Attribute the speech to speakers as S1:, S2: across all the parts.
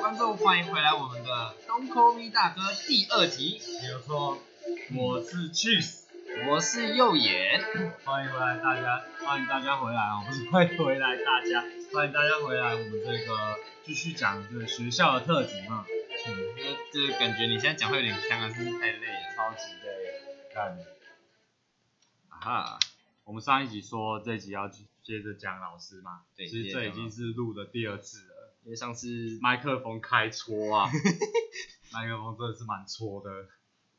S1: 观众，欢迎回来我们的《Don't Call Me 大哥》第二集，
S2: 比如说，我是 Cheese，
S1: 我是右眼。
S2: 欢迎回来大家，欢迎大家回来啊！不是欢迎回来大家，欢迎大家回来，我们这个继续讲这个学校的特辑嘛，
S1: 嗯，就是感觉你现在讲话有点呛啊，是不是太累了？
S2: 超级的干。
S1: 啊哈，
S2: 我们上一集说这集要接着讲老师嘛，
S1: 对
S2: 其实这已经是录的第二次了，
S1: 因为上次
S2: 麦克风开 搓啊，麦克风真的是蛮搓的，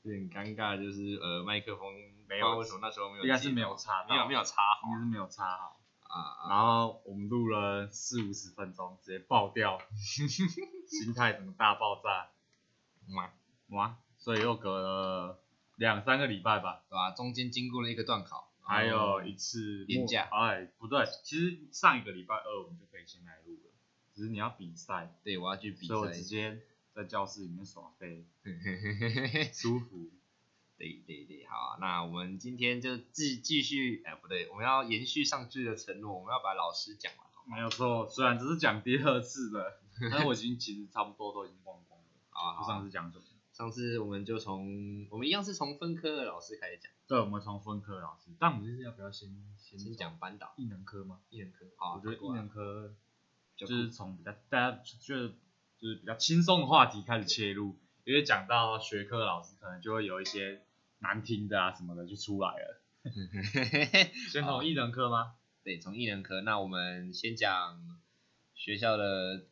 S1: 有点尴尬，就是呃麦克风
S2: 没有
S1: 不知道哦为什么那时候没有接，
S2: 应该是没有插到，
S1: 没有没有插好
S2: 应该是没有插好。
S1: 啊啊，
S2: 然后我们录了四五十分钟，直接爆 掉，心态整个大爆炸，
S1: 嘛
S2: 哇！所以又隔了两三个礼拜吧，
S1: 对吧？中间经过了一个段考，
S2: 还
S1: 然后
S2: 有一次
S1: 哦年假
S2: 末哎，不对，其实上一个礼拜二我们就可以先来录了，只是你要比赛，
S1: 对我要去比赛
S2: 所以我直，接在教室里面耍飞，舒服。
S1: 对对对，好啊、那我们今天就继继续，哎不对，我们要延续上次的承诺，我们要把老师讲完。哦
S2: 没有错，虽然只是讲第二次的，但是我已经其实差不多都已经忘光了，
S1: 好 啊，好
S2: 就
S1: 啊
S2: 上次讲什么。
S1: 上次我们就从我们一样是从分科的老师开始讲，
S2: 对，我们从分科老师，但我们这次要不要先先
S1: 先讲班导、
S2: 艺能科吗？
S1: 艺人科。好啊，
S2: 我觉得艺能科
S1: 就
S2: 就是从比较大家就是就是比较轻松的话题开始切入，因为讲到学科老师可能就会有一些难听的啊什么的就出来了。先
S1: 好
S2: 从艺能科吗？
S1: 对，从艺人科，那我们先讲学校的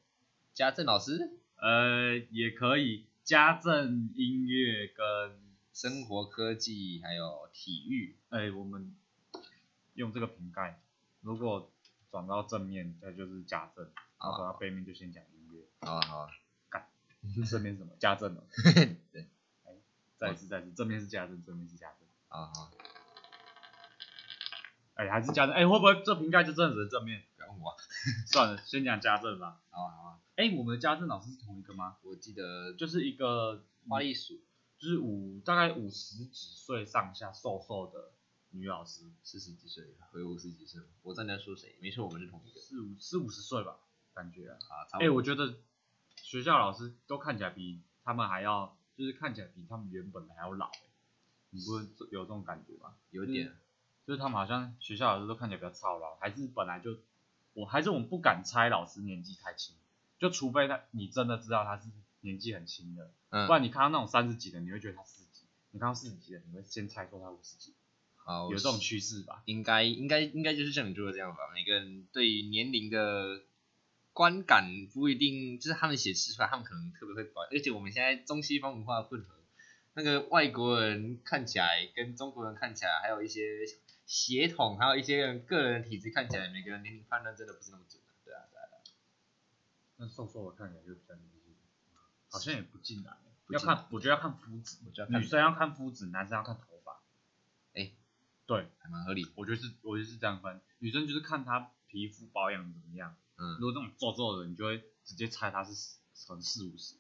S1: 家政老师、
S2: 呃，也可以，家政、音乐跟
S1: 生活科技还有体育。
S2: 哎、我们用这个瓶盖，如果转到正面，那就是家政，然后转
S1: 好
S2: 到背面就先讲音乐，
S1: 啊，好啊，好啊，
S2: 正面是什么？家政哦。
S1: 对，
S2: 再一次，再一次，正面是家政，正面是家政。
S1: 好啊好啊，
S2: 哎、还是家政，哎、会不会这瓶盖就真的只是正面？
S1: 不要问我啊，
S2: 算了，先讲家政吧。
S1: 好啊，好啊，
S2: 哎、我们的家政老师是同一个吗？
S1: 我记得
S2: 就是一个
S1: 花栗鼠
S2: 就是五大概五十几岁上下瘦瘦的女老师，
S1: 四十几岁，回五十几岁，我知道你在说谁，没错，我们是同一个
S2: 四五四五十岁吧，感觉、啊。
S1: 啊，差
S2: 哎、
S1: 不多。
S2: 我觉得学校老师都看起来比他们还要，就是看起来比他们原本的还要老、哎你不会有这种感觉吗？
S1: 有点，
S2: 就是他们好像学校老师都看起来比较操劳，还是本来就，我还是我们不敢猜老师年纪太轻，就除非他你真的知道他是年纪很轻的，
S1: 嗯
S2: 不，然你看到那种三十几的，你会觉得他四十几；你看到四十几的，你会先猜说他五十几，
S1: 好，
S2: 有这种趋势吧？
S1: 应该应该应该就是像你说的这样吧。每个人对于年龄的观感不一定，就是他们写诗出来，他们可能特别会保。而且我们现在中西方文化混合，那个外国人看起来跟中国人看起来，还有一些血统，还有一些人个人的体质看起来，每个人年龄判断真的不是那么准的。对啊，对啊，对啊
S2: 那瘦瘦的看起来就比较年轻，好像也不尽然、
S1: 不
S2: 要
S1: 尽然
S2: 看，我觉得要看肤质，
S1: 我觉得看
S2: 女生要看肤质，男生要看头发。
S1: 哎
S2: 对，
S1: 还蛮合理。
S2: 我觉得是，我觉得是这样分，女生就是看她皮肤保养怎么样。
S1: 嗯，
S2: 如果这种皱皱的，你就会直接猜他是可能四五十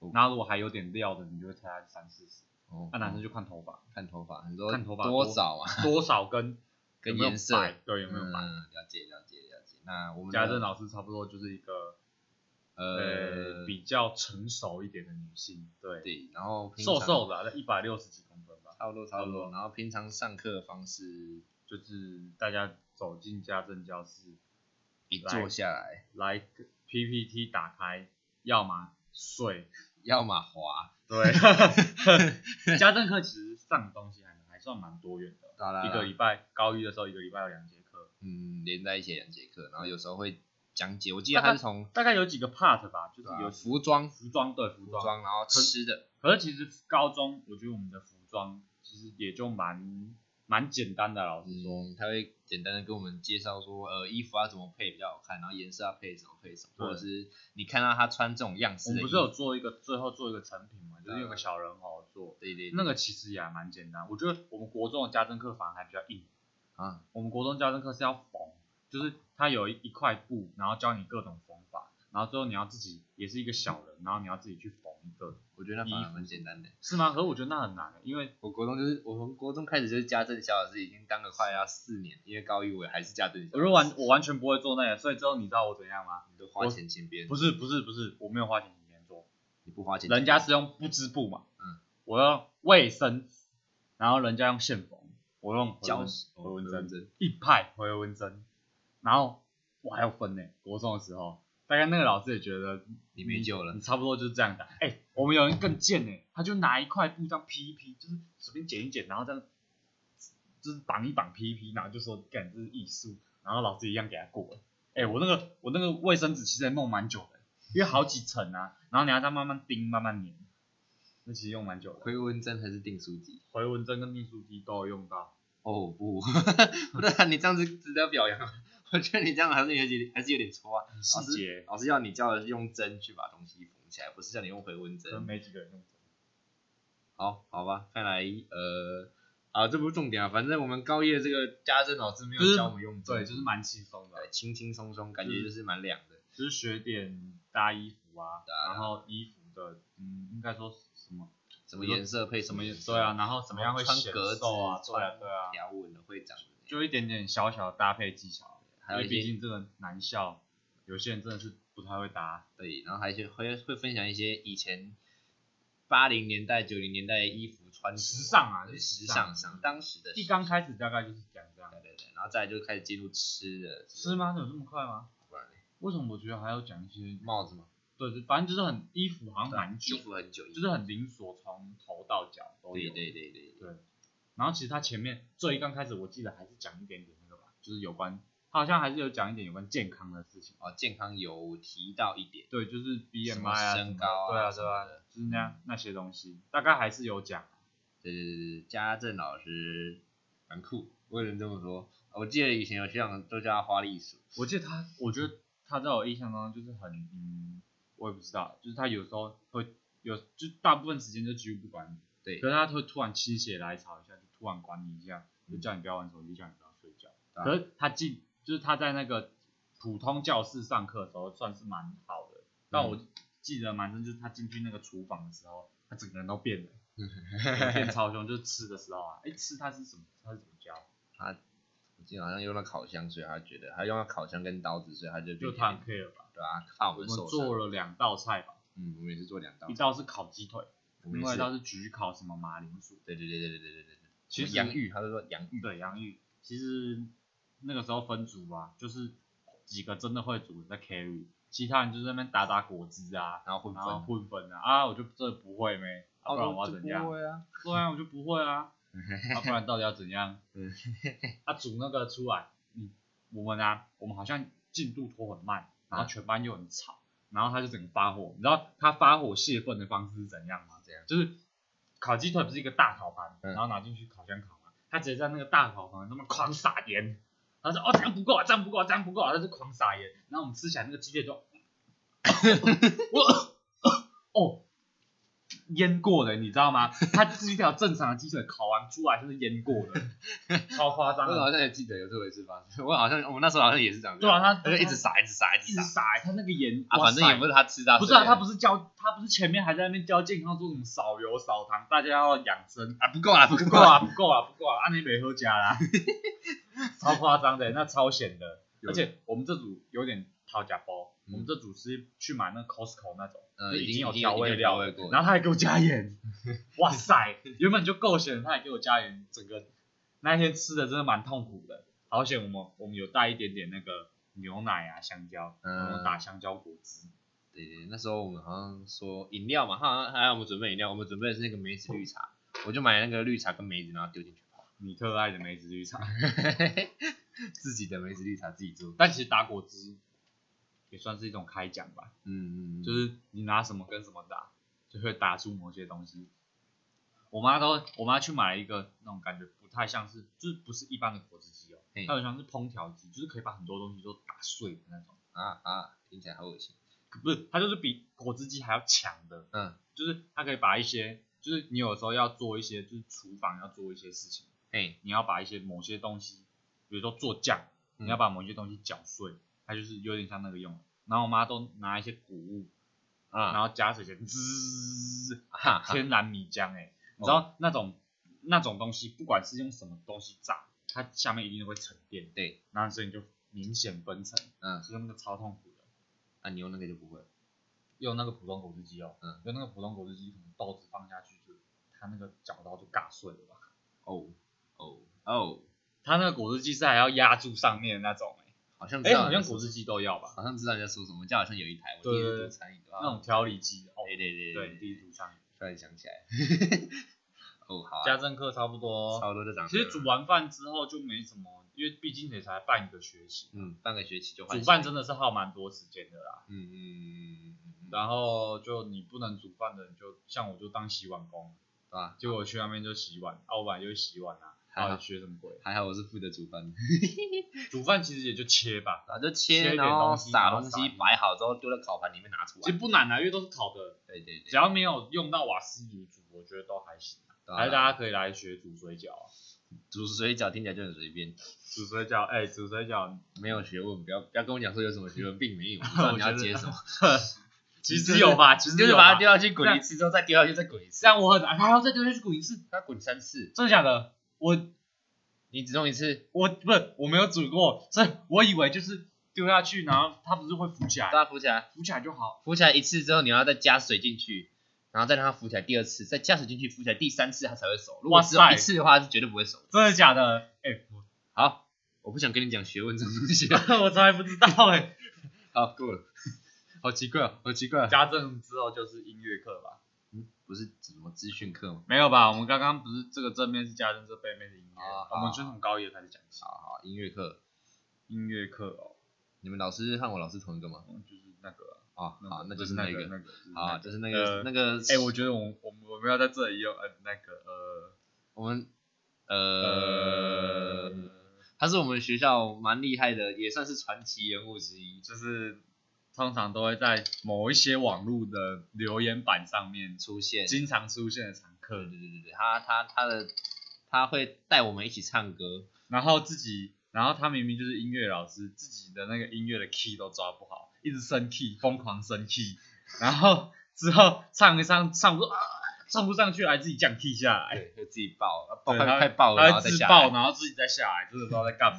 S1: 哦，
S2: 然后如果还有点料的，你就会猜他是三四十。
S1: 哦
S2: 那男生就看头发，
S1: 看头发，很多
S2: 看头发
S1: 多
S2: 多
S1: 少啊，
S2: 多少根，
S1: 跟
S2: 有没有
S1: 颜色
S2: 白对， 有
S1: 嗯，
S2: 没有白？
S1: 了解了解了解。那我们的
S2: 家政老师差不多就是一个
S1: 嗯呃
S2: 呃比较成熟一点的女性，对，
S1: 对，然后平
S2: 瘦
S1: 常
S2: 瘦的啊，一百六十几公分吧，
S1: 差不多差不
S2: 差
S1: 多。
S2: 不多
S1: 然后平常上课的方式，
S2: 就是大家走进家政教室，
S1: 一坐下来，
S2: 来 PPT 打开，要么睡，
S1: 要么滑，
S2: 对， 家政课其实上的东西还还算蛮多元的。
S1: 哒啦啦
S2: 一个礼拜，高一的时候一个礼拜有两节课，
S1: 嗯连在一起两节课，然后有时候会讲解。我记得他是 从
S2: 大概有几个 part 吧，就是
S1: 呃
S2: 有
S1: 服装
S2: 啊服装对服
S1: 服
S2: 装，
S1: 装，然后吃的，
S2: 可是其实高中我觉得我们的服装其实也就蛮蛮简单的，老实说，
S1: 嗯，他会简单的跟我们介绍说，呃，衣服要怎么配比较好看，然后颜色要配什么配什么，
S2: 对
S1: 或者是你看到他穿这种样
S2: 我
S1: 式的
S2: 们
S1: 衣
S2: 不
S1: 服，
S2: 是有做一个最后做一个成品嘛，就是有个
S1: 嗯
S2: 小人偶做，
S1: 对对对
S2: 那个其实也还蛮简单。我觉得我们国中的家政课反而还比较硬，
S1: 啊，
S2: 我们国中家政课是要缝，就是它有一一块布，然后教你各种缝法，然后最后你要自己也是一个小人，然后你要自己去缝一个，
S1: 我觉得那反而蛮简单的。
S2: 是吗？可是我觉得那很难，欸因为
S1: 我国中就是我从国中开始就是家政小老师，已经当了快要四年，因为高一我也还是家政小老师，
S2: 我就完我完全不会做那个，所以之后你知道我怎样吗？
S1: 你都花钱请别人
S2: 不是不是不是，我没有花钱请别人，
S1: 你不花钱，
S2: 人家是用不织布嘛，
S1: 嗯，
S2: 我用卫生纸，然后人家用线缝，我用回
S1: 胶
S2: 纹
S1: 水
S2: 回纹
S1: 回纹
S2: 针
S1: 针，
S2: 一派回纹针，然后我还要分呢、国中的时候，大概那个老师也觉得嗯
S1: 你没救了
S2: 你，差不多就是这样打。哎、我们有人更贱呢、他就拿一块布这样劈一劈，就是随便剪一剪，然后这样就是绑一绑劈一劈，然后就说干这是艺术，然后老师一样给他过了。哎、我那个我那个卫生纸其实也弄蛮久的、因为好几层啊，然后你要这样慢慢钉慢慢粘，那其实用蛮久的。
S1: 回纹针还是订书机？
S2: 回纹针跟订书机都有用到。
S1: 哦不， 不是、啊、你这样子值得表扬吗， 我觉得你这样还是有点还是有点错啊。
S2: 细节
S1: 老师要你叫人用针去把东西缝起来，不是叫你用回纹
S2: 可
S1: 针。
S2: 能嗯没几个人用。
S1: 好，好吧，看来呃啊这不是重点啊，反正我们高一的这个家政老师没
S2: 就是
S1: 有教我们用针，
S2: 对，就是蛮轻松的
S1: 对，轻轻松松，感觉
S2: 嗯
S1: 就是蛮凉的。
S2: 就是学点搭衣服啊，然后衣服的嗯，应该说什么？
S1: 什么颜色配
S2: 什么
S1: 颜
S2: 颜
S1: 色？
S2: 对啊，，然后怎么样会
S1: 穿
S2: 显
S1: 格子
S2: 瘦啊？对
S1: 穿
S2: 啊，对啊，
S1: 条纹的会长的那样，
S2: 就一点点小小的搭配技巧，
S1: 还有
S2: 因为
S1: 一
S2: 毕
S1: 些
S2: 竟这个男校，有些人真的是不太会搭，
S1: 对，然后还有一些会会分享一些以前八零年代九零年代衣服穿着
S2: 时尚啊，
S1: 对
S2: 就
S1: 时
S2: 是
S1: 尚上当时的时
S2: 一
S1: 尚
S2: 刚开始大概就是讲这样，
S1: 对对对，然后再来就开始进入吃的，
S2: 是吗？有这么快吗？
S1: 不然嘞
S2: 为什么我觉得还要讲一些？
S1: 帽子嘛，
S2: 对对，反正就是很衣服好像蛮久
S1: 衣，服很久，
S2: 就是很零索，从头到脚都
S1: 对
S2: 有。
S1: 对对对对，
S2: 对，然后其实他前面最刚开始，我记得还是讲一点点那个吧，就是有关，他好像还是有讲一点有关健康的事情。
S1: 哦，健康有提到一点，
S2: 对，就是 BMI
S1: 么
S2: 啊，
S1: 身
S2: 什么
S1: 高啊
S2: 对啊，
S1: 什
S2: 对
S1: 么
S2: 啊
S1: 的，
S2: 就是那样那些东西，大概还是有讲。
S1: 对对对对，家政老师蛮酷，我有人这么说，我记得以前有学长都叫他花栗鼠，
S2: 我记得他，我觉得他在我印象当中就是很，嗯，我也不知道，就是他有时候会有，就大部分时间就几乎不管你，
S1: 对
S2: 可是他会突然心血来潮一下，就突然管你一下，就叫你不要玩手机，叫你不要睡觉。
S1: 对啊
S2: 可是他进，就是他在那个普通教室上课的时候算是蛮好的，但我记得蛮深，就是他进去那个厨房的时候，他整个人都变了。 变超凶，就是吃的时候啊，哎、吃它是什么？它是怎么教？
S1: 他我记得好像用了烤箱，所以他觉得他用了烤箱跟刀子，所以他就
S2: 就
S1: 变
S2: 他很 care 吧。
S1: 对啊，怕我
S2: 我
S1: 们
S2: 们
S1: 受
S2: 做
S1: 伤。
S2: 了两道菜吧，
S1: 嗯，我们也是做两道
S2: 一，道是烤鸡腿，
S1: 我们
S2: 另
S1: 也
S2: 外一
S1: 是。
S2: 道是焗烤什么马铃薯，
S1: 对对对对对对对对对。
S2: 其实
S1: 洋芋，他就说洋芋。
S2: 对，洋芋。其实那个时候分组吧，就是几个真的会煮的在 carry，其他人就在那边打打果汁啊，
S1: 然后混
S2: 然后
S1: 分。
S2: 混分啊，啊，我就真的不会没，啊、不然我要怎样？
S1: 对啊。
S2: 对啊，我就不 会啊，啊，不然到底要怎样
S1: 嗯？
S2: 啊，煮那个出来，嗯，我们啊，我们好像进度拖很慢，然
S1: 嗯
S2: 后全班又很吵，然后他就整个发火，你知道他发火泄愤的方式是怎样吗？
S1: 这样。
S2: 就是烤鸡腿不是一个大烤盘，
S1: 嗯
S2: 然后拿进去烤箱烤嘛，他直接在那个大烤盘上面狂撒盐，他说哦这样不够啊，这样不够啊，这样不够啊，他就狂撒盐，然后我们吃起来那个鸡腿 就，我哦腌过的，你知道吗？它是一条正常的鸡腿，烤完出来就是腌过的，超夸张
S1: 我
S2: 的。
S1: 好像也记得有这回事发生， 我好像我们那时候好像也是这样。
S2: 对啊，，他
S1: 他就一直撒，一直撒，一
S2: 一
S1: 直
S2: 直
S1: 撒。
S2: 撒，他那个盐
S1: 啊，
S2: 哇
S1: 反
S2: 塞
S1: 正也不是他吃的，
S2: 不是啊，他不
S1: 是
S2: 是教他不是前面还在那边教健康，说什么少油少糖，大家要养生，
S1: 啊，不够啊，不
S2: 不
S1: 够
S2: 够！啊，不够啊，不够啊，安尼没喝加啦， 超夸张的，那超险的。
S1: 有
S2: 而且我们这组有点讨价包，
S1: 嗯
S2: 我们这组是去买那 Costco 那种，
S1: 嗯
S2: 就
S1: 已经
S2: 经有
S1: 已经有已
S2: 调
S1: 经
S2: 味
S1: 有
S2: 料
S1: 调味
S2: 了
S1: 过了
S2: 然后他还给我加 盐，哇塞，原本就够咸，他还给我加盐，整个那一天吃的真的蛮痛苦的。好险我们我们有带一点点那个牛奶啊，香蕉，
S1: 嗯
S2: 然后打香蕉果汁，
S1: 对对，对那时候我们好像说饮料嘛，他好像还让我们准备饮料，我们准备的是那个梅子绿茶，我就买那个绿茶跟梅子，然后丢进去泡，
S2: 你特爱的梅子绿茶。
S1: 自己的梅子绿茶自己做。
S2: 但其实打果汁也算是一种开奖吧。
S1: 嗯嗯，嗯
S2: 就是你拿什么跟什么打，就会打出某些东西。我妈都，我妈去买了一个那种感觉不太像是，就是不是一般的果汁机哦，
S1: 嘿
S2: 它有像是烹调机，就是可以把很多东西都打碎的那种。
S1: 啊啊，听起来好恶心。
S2: 可不是，它就是比果汁机还要强的，
S1: 嗯，
S2: 就是它可以把一些，就是你有时候要做一些，就是厨房要做一些事情，
S1: 嘿，
S2: 你要把一些某些东西，比如说做酱，
S1: 嗯
S2: 你要把某些东西搅碎，它就是有点像那个用的。然后我妈都拿一些谷物，然
S1: 啊，
S2: 后加水先滋，
S1: 哈哈，
S2: 天然米浆哎、你知道那种、那种东西，不管是用什么东西炸，它下面一定会沉淀，
S1: 对，
S2: 那所以你就明显分层，
S1: 嗯，
S2: 就是那个超痛苦的。
S1: 啊，牛那个就不会，
S2: 用那个普通果汁机哦，
S1: 嗯
S2: 用那个普通果汁机，可能豆子放下去就它那个搅到就嘎碎了吧。
S1: 哦哦哦，
S2: 它那个果汁机是还要压住上面的那种哎、
S1: 好像
S2: 哎、
S1: 知道
S2: 好
S1: 你在
S2: 像
S1: 说
S2: 果汁机都要吧，
S1: 好像知道你在说什么，我家好像有一台，我
S2: 对
S1: 第一次
S2: 对
S1: 读
S2: 对
S1: 餐饮的
S2: 那
S1: 话，
S2: 种调理机哦，
S1: 对对对
S2: 对，
S1: 对，
S2: 第一组上瘾
S1: 突然想起来，哦好啊，
S2: 家政课差不多，
S1: 差不多就长。
S2: 其实煮，完饭之后就没什么，因为毕竟也才半个学期，
S1: 嗯，半个学期就换
S2: 煮饭
S1: 新
S2: 真
S1: 的，
S2: 的是耗蛮多时间的啦。
S1: 嗯嗯嗯嗯嗯嗯，
S2: 然后就你不能煮饭的人就，像我就当洗碗工，
S1: 对啊吧？
S2: 结果我去那边就洗碗，啊，我本来就会洗碗啊，
S1: 还好
S2: 然后学什么鬼？啊
S1: 还好我是负责煮 饭，
S2: 煮饭其实也就切吧，
S1: 啊然后就
S2: 切
S1: 切，
S2: 一点
S1: 然后
S2: 东西
S1: 撒
S2: 然后
S1: 东
S2: 撒
S1: 西
S2: 进去
S1: 摆好之后丢到烤盘里面拿出
S2: 其实
S1: 来，
S2: 不难啊，因为都是烤的，
S1: 对对对，
S2: 只要没有用到瓦斯炉煮，我觉得都还行啊。
S1: 对啊
S2: 还是大家可以来学煮水饺啊，
S1: 煮水饺听起来就很随便，
S2: 煮水饺，哎、煮水饺
S1: 没有学问，不要不要跟我讲说有什么学问，并没有，我不知道你
S2: 我
S1: 要
S2: 觉得
S1: 接什么，
S2: 其实有吧，其
S1: 你
S2: 实
S1: 就是
S2: 有
S1: 把
S2: 吧
S1: 它丢下去滚一次之后再丢下去再滚一次
S2: 这，样我很难，还要再丢下去滚一次，
S1: 它滚三次，
S2: 真的假的？我
S1: 你只弄一次，
S2: 我不是我没有煮过，是我以为就是丢下去，然后它不是会浮起来，
S1: 把它扶起来，
S2: 浮起来就好。
S1: 浮起来一次之后你要再加水进去。然后再让它浮起来第二次，再加水进去浮起来第三次它才会熟。如果
S2: 哇
S1: 只有
S2: 塞
S1: 一次的话是绝对不会熟的。
S2: 真的假的？哎、
S1: 好，我不想跟你讲学问这种东西。
S2: 我 我从来不知道哎、
S1: 好，够了。好奇怪哦，好奇怪、哦。嗯
S2: 家政之后就是音乐课吧？
S1: 不是什么资讯课吗？
S2: 没有吧？我们刚刚不是这个正面是家政，这背面是音乐。
S1: 哦
S2: 我们就是从高一开始讲起。
S1: 好啊好，音乐课。
S2: 音乐课哦，
S1: 你们老师和我老师同一个吗？
S2: 嗯就是那个啊，
S1: 哦，好，那
S2: 就
S1: 就是
S2: 那
S1: 个。
S2: 那个。
S1: 好，
S2: 就是
S1: 就是那个、
S2: 呃
S1: 那个。
S2: 那个哎、我觉得我我们我们要在这里用呃那个
S1: 我们
S2: 呃
S1: 呃他是我们学校蛮厉害的，也算是传奇人物之一。
S2: 就是通常都会在某一些网络的留言板上面
S1: 出现，对
S2: 经常出现的常客
S1: 对，对对对，他他他的他会带我们一起唱歌，
S2: 然后自己，然后他明明就是音乐老师，自己的那个音乐的 key 都抓不好，一直升 key，疯狂升 key，然 后之后唱一唱唱不啊唱不上去，还自己降 key 下来。
S1: 对，会自己爆，爆
S2: 对
S1: 快
S2: 他
S1: 快爆了，
S2: 他
S1: 然
S2: 会
S1: 后再
S2: 自
S1: 下来。
S2: 爆，然后自己再下来，真的不知道在 干嘛。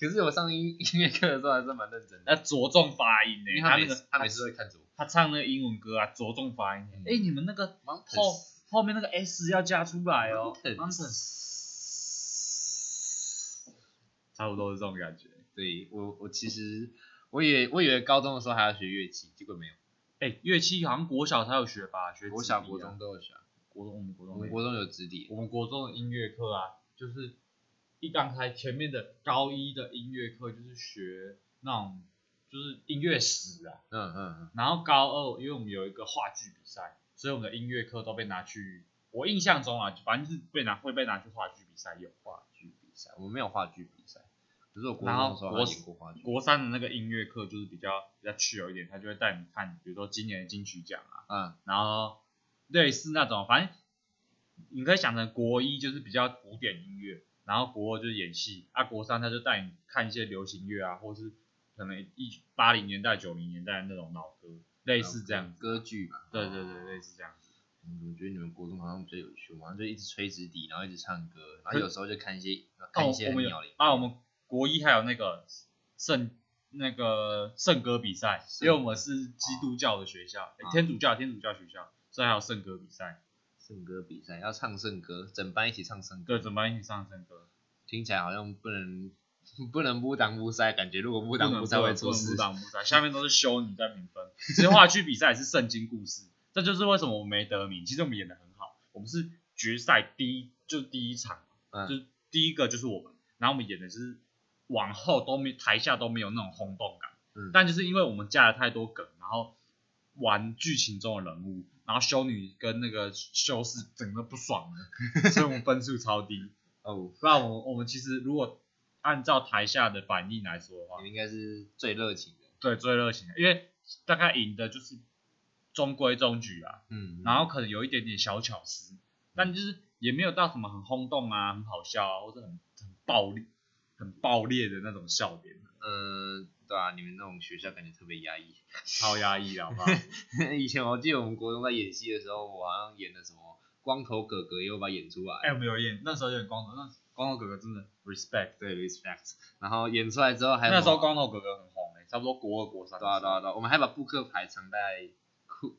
S1: 可是我上音音乐课的时候还是蛮认真的，
S2: 那着重发音呢、
S1: 因为
S2: 他
S1: 他
S2: 那
S1: 每
S2: 个
S1: 次他每次都会看着我。
S2: 他唱那个英文歌啊，着重发音、
S1: 嗯
S2: 哎、你们那个
S1: ，Mountains
S2: 后后面那个 S 要加出来哦
S1: Mountains
S2: Mountains 差不多是这种感觉。
S1: 对我，我其实我也我以为高中的时候还要学乐器，结果没有。
S2: 哎、乐器好像国小才有学吧？学
S1: 国
S2: 指笛啊
S1: 小、国中、都有学啊，
S2: 国中我们国
S1: 我
S2: 中
S1: 们
S2: 没
S1: 国中有直笛，
S2: 我们国中的音乐课啊，就是一刚开前面的高一的音乐课就是学那种就是音乐史啊，
S1: 嗯嗯嗯，
S2: 然后高二，因为我们有一个话剧比赛，所以我们的音乐课都被拿去。我印象中啊，反正就是被拿会被拿去话剧比赛用。
S1: 话剧比赛，我们没有话剧比赛，可是我国
S2: 然后
S1: 中的时候
S2: 国
S1: 还演过话剧，
S2: 国三的那个音乐课就是比较比较 chill 一点，他就会带你看，比如说今年的金曲奖啊，
S1: 嗯
S2: 然后类似那种，反正你可以想成国一就是比较古典音乐，然后国二就是演戏，啊国三他就带你看一些流行乐啊，或是可能一八零年代九零年代的那种老歌，类似这样子。
S1: 歌剧嘛，
S2: 对对对，类似这样子。
S1: 嗯，我觉得你们国中好像比较有趣，我们好像就一直吹直笛，然后一直唱歌，然后有时候就看一些看一些
S2: 哦我
S1: 很
S2: 们
S1: 鸟
S2: 有
S1: 的影片
S2: 啊，我们国一还有那个圣那个圣歌比赛，因为我们是基督教的学校，诶
S1: 啊
S2: 天主教天主教学校，所以还有圣歌比赛，
S1: 圣歌比赛，要唱圣歌，整班一起唱圣歌，
S2: 对，怎么一起上圣歌？
S1: 听起来好像不能 不能不当不塞，感觉如果不
S2: 不
S1: 当不塞会出
S2: 出
S1: 事
S2: 不。挡不 塞，下面都是修女在评分。其实话剧比赛也是圣经故事，这就是为什么我们没得名。其实我们演的很好，我们是决赛第一，就是第一场，
S1: 嗯
S2: 就是第一个就是我们，然后我们演的就是往后都没台下都没有那种轰动感，
S1: 嗯
S2: 但就是因为我们加了太多梗，然后玩剧情中的人物，然后修女跟那个修士整个不爽了，所以我们分数超低。
S1: 哦，
S2: 不然我们我们其实如果按照台下的反应来说的话
S1: 你，们应该是最热情的。
S2: 对，最热情的，因为大概赢的就是中规中矩啊，
S1: 嗯
S2: 然后可能有一点点小巧思，但就是也没有到什么很轰动啊、很好笑啊，或者很很暴力、很爆裂的那种笑点，
S1: 呃，对啊，你们那种学校感觉特别压抑。
S2: 超压抑的，好不好？
S1: 以前我记得我们国中在演戏的时候，我好像演的什么光头哥哥，也有把它演出来。
S2: 哎哎、我们有演，那时候有点光头，那光头哥哥真的 respect。
S1: 对 respect。然后演出来之后还有
S2: 那时候光头哥哥很红欸诶、差不多国二国三。
S1: 对啊对啊。对啊，我们还把扑克牌藏在裤，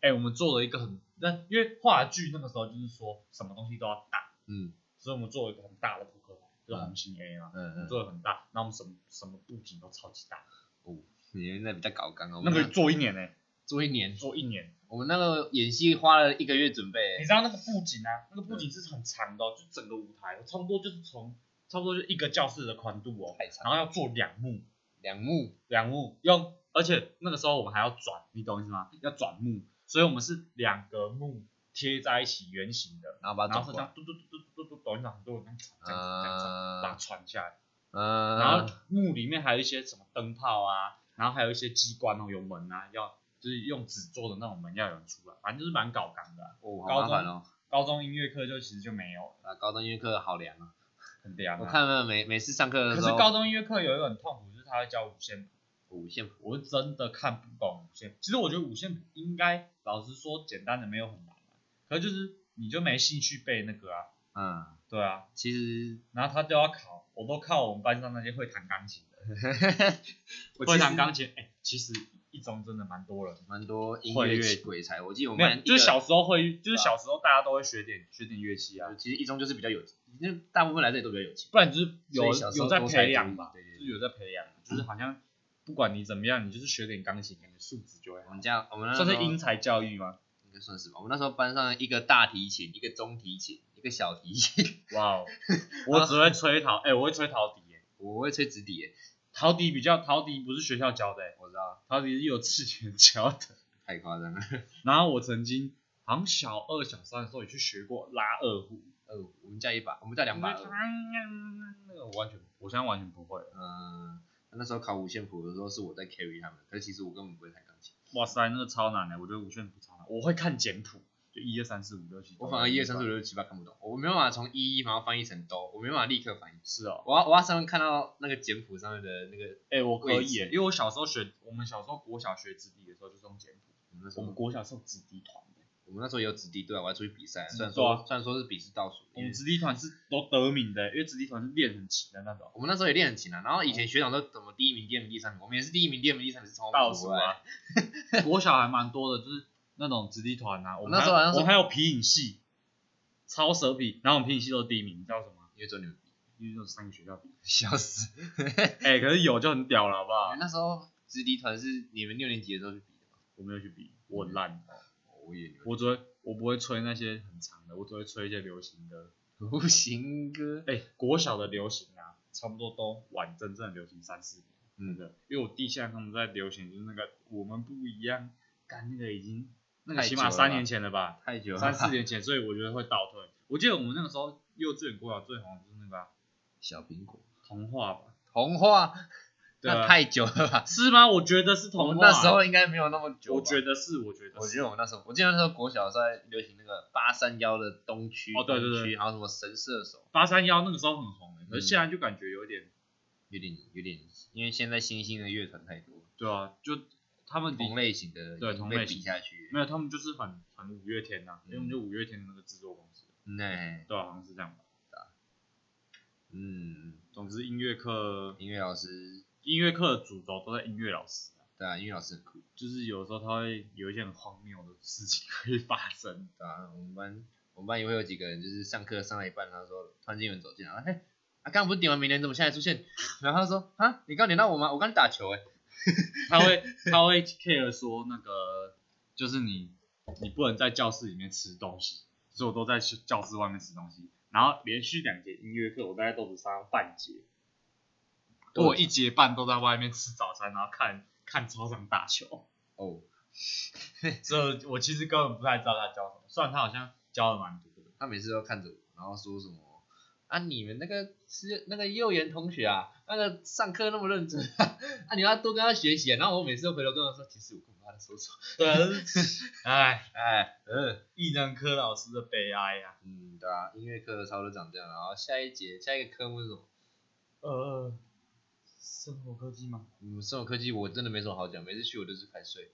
S2: 哎、我们做了一个很那，因为话剧那个时候就是说什么东西都要大，
S1: 嗯
S2: 所以我们做了一个很大的扑克牌，就是红心 A 嘛，
S1: 嗯嗯，
S2: 做的很大，那我们什么什么布景都超级大，
S1: 你们哦那比较搞刚哦，我
S2: 那
S1: 们嗯
S2: 个做一年呢、欸
S1: 做一年，
S2: 做一年。
S1: 我们那个演戏花了一个月准备，
S2: 你知道那个布景啊，那个
S1: 嗯
S2: 布景是很长的、哦，就整个舞台差不多就是从差不多就一个教室的宽度哦，
S1: 太长
S2: 然后要做两幕，
S1: 两幕，
S2: 两幕用，而且那个时候我们还要转，你懂意思吗？要转幕，所以我们是两个幕贴在一起圆形的，
S1: 然后把它
S2: 然
S1: 啊转
S2: 后
S1: 过
S2: 是这
S1: 来，
S2: 样嘟嘟嘟嘟嘟嘟嘟，抖音上很多人这样传这样子这样传，把它
S1: 嗯
S2: 传下来，
S1: 嗯，
S2: 然后幕里面还有一些什么灯泡啊，然后还有一些机关哦，有门啊，要就是用纸做的那种门要有人出来，反正就是蛮搞纲的啊、
S1: 哦，好麻烦哦，
S2: 高中音乐课就其实就没有了，
S1: 啊，高中音乐课好凉啊，
S2: 很凉、啊。
S1: 我看了每每次上课
S2: 可
S1: 的
S2: 是
S1: 时候，哦
S2: 高中音乐课有一个很痛苦，就是他会教五线谱。
S1: 五线谱，
S2: 我是真的看不懂五线谱。其实我觉得五线谱应该，老实说，简单的没有很难、啊，可是就是你就没兴趣背那个啊，
S1: 嗯，
S2: 对啊。
S1: 其实
S2: 然后他就要考，我都靠我们班上那些会弹钢琴的，
S1: 我
S2: 会
S1: 其
S2: 弹
S1: 实
S2: 钢琴。哎、其实一中真的蛮多人，
S1: 蛮多音
S2: 会
S1: 乐鬼才，我记得我
S2: 没
S1: 们
S2: 有，
S1: 班
S2: 就是
S1: 一个
S2: 小，时候会，就是
S1: 对啊
S2: 小时候大家都会学点学点乐器啊，
S1: 其实一中就是比较有，那大部分来这里都比较有钱，
S2: 不然就是有
S1: 所以小时候
S2: 有在
S1: 多才
S2: 培养
S1: 多艺
S2: 吧，
S1: 对对对嗯
S2: 就是有在培养，就是好像不管你怎么样，你就是学点钢琴，感觉素质就会
S1: 我
S2: 好
S1: 们，家我们那时候
S2: 算是因材教育吗？
S1: 应该算是吧，我们那时候班上一个大提琴，一个中提琴，一个小提琴，
S2: 哇哦，我只会吹陶，哎、我会吹陶笛耶，
S1: 我会吹直笛耶，
S2: 陶笛比较，陶笛不是学校教的耶，
S1: 我知道，
S2: 陶笛是有次元教的。
S1: 太夸张了，
S2: 然后我曾经好像小二、小三的时候也去学过拉二胡，
S1: 呃，我们家一把，我们家两把
S2: 那
S1: 二
S2: 个，嗯那个我完全，我现在完全不会了。
S1: 嗯，那时候考五线谱的时候是我在 carry 他们，可是其实我根本不会弹钢琴，
S2: 哇塞，那个超难的，我觉得五线谱超难，我会看简谱，就一二三四五六七，
S1: 我反而一二三四五六七八看不懂，我没办法从一一然后翻译成哆，我没办法立刻翻译，
S2: 是哦，
S1: 我要我要上面看到那个简谱上面的那个，
S2: 哎、我可
S1: 位
S2: 以耶，
S1: 置
S2: 因为我小时候学，我们小时候国小学指笛的时候就是用简谱，
S1: 我们那时
S2: 我
S1: 候
S2: 们国小是有指笛团的，
S1: 我们那时候也有子弟队啊，我还出去比赛，
S2: 子弟
S1: 虽然
S2: 对啊
S1: 说虽然说是比试倒数，
S2: 我
S1: 因为
S2: 们指笛团是都得名的，因为指笛团是练很勤的那种，
S1: 我们那时候也练很勤啊。然后以
S2: 哦
S1: 前学长都怎么第一名、第二名、第三名，我们也是第一名、第二名、第三名是从我们
S2: 倒
S1: 数
S2: 数
S1: 过来的。
S2: 啊， 国小还蛮多的，就是那种指笛团啊，我们
S1: 那时候好
S2: 还
S1: 像是
S2: 我们还有皮影戏，超蛇皮，然后我们皮影戏都是第一名，你知道为什么吗？
S1: 因为只有你们比，
S2: 因为就是三个学 校比，
S1: 笑死！
S2: 哎、可是有就很屌了，好不
S1: 我
S2: 好
S1: 们？那时候直敌团是你们六年级的时候去比的吗？
S2: 我没有去比，我很烂，
S1: 我也 有。
S2: 哦我只会我不会吹那些很长的，我只会吹一些流行歌。
S1: 流行 歌，
S2: 哎、国小的流行啊，差不多都晚真正的流行三四年，真
S1: 嗯，
S2: 的。因为我弟现在他们在流行，就是那个我们不一样，干那个已经那个
S1: 太
S2: 起
S1: 久
S2: 码
S1: 了
S2: 三
S1: 吧
S2: 年前 了吧，
S1: 太久了。
S2: 三四年前，所以我觉得会倒退。我记得我们那个时候幼稚园、国小最红的就是那个啊、
S1: 小苹果，
S2: 童话吧？
S1: 童话，
S2: 对啊
S1: 那太久了吧？
S2: 是吗？我觉得是
S1: 我
S2: 童
S1: 们
S2: 话。啊
S1: 那时候应该没有那么久吧。
S2: 我觉得是，我觉得
S1: 我
S2: 是
S1: 觉得我们那时候，我记得那时候国小的时候在流行那个八三幺的东区，
S2: 哦对对对
S1: 东区还有什么神射手，
S2: 八三幺那个时候很红、欸，可是
S1: 嗯
S2: 现在就感觉有点，
S1: 有点有点，因为现在新兴的乐团太多，
S2: 对啊，就他们的
S1: 同类型的
S2: 对
S1: 已经
S2: 同
S1: 被
S2: 类型
S1: 比下去
S2: 没，有，他们就是很很五月天呐、因为我们就五月天的那个制作公司，
S1: 嗯，哎
S2: 对啊，好像是这样吧。
S1: 嗯，
S2: 总之音乐课
S1: 音乐老师，
S2: 音乐课的主轴都在音乐老师、啊，
S1: 对啊，音乐老师很酷，
S2: 就是有时候他会有一些很荒谬的事情会发 生，
S1: 对啊，我们班我们班也会有几个人，就是上课上到一半，然后说突然间有人走进来，哎，啊，刚刚不是点完名人，怎么现在出现？ 然后他说啊，你刚点到我吗？我刚打球哎，
S2: 他会他会 care 说那个就是你你不能在教室里面吃东西，所以我都在教室外面吃东西，然后连续两节音乐课我大概都只上半节，
S1: 对
S2: 我有一节半都在外面吃早餐，然后看看操场打球。
S1: 哦，
S2: 所以我其实根本不太知道他教什么，虽然他好像教的蛮多的。
S1: 他每次都看着我，然后说什么啊，你们那个是那个幼园同学啊，那个上课那么认真 啊，啊你要多跟他学习啊。然后我每次都回头跟他说，其实我根本不知道他在说什么。
S2: 对啊， 哎，
S1: 哎，嗯
S2: 艺人科老师的悲哀呀、
S1: 嗯，对啊，音乐课差不多长这样，然后下一节下一个科目是什么？
S2: 呃，生活科技吗？
S1: 嗯，生活科技我真的没什么好讲，每次去我都是开睡。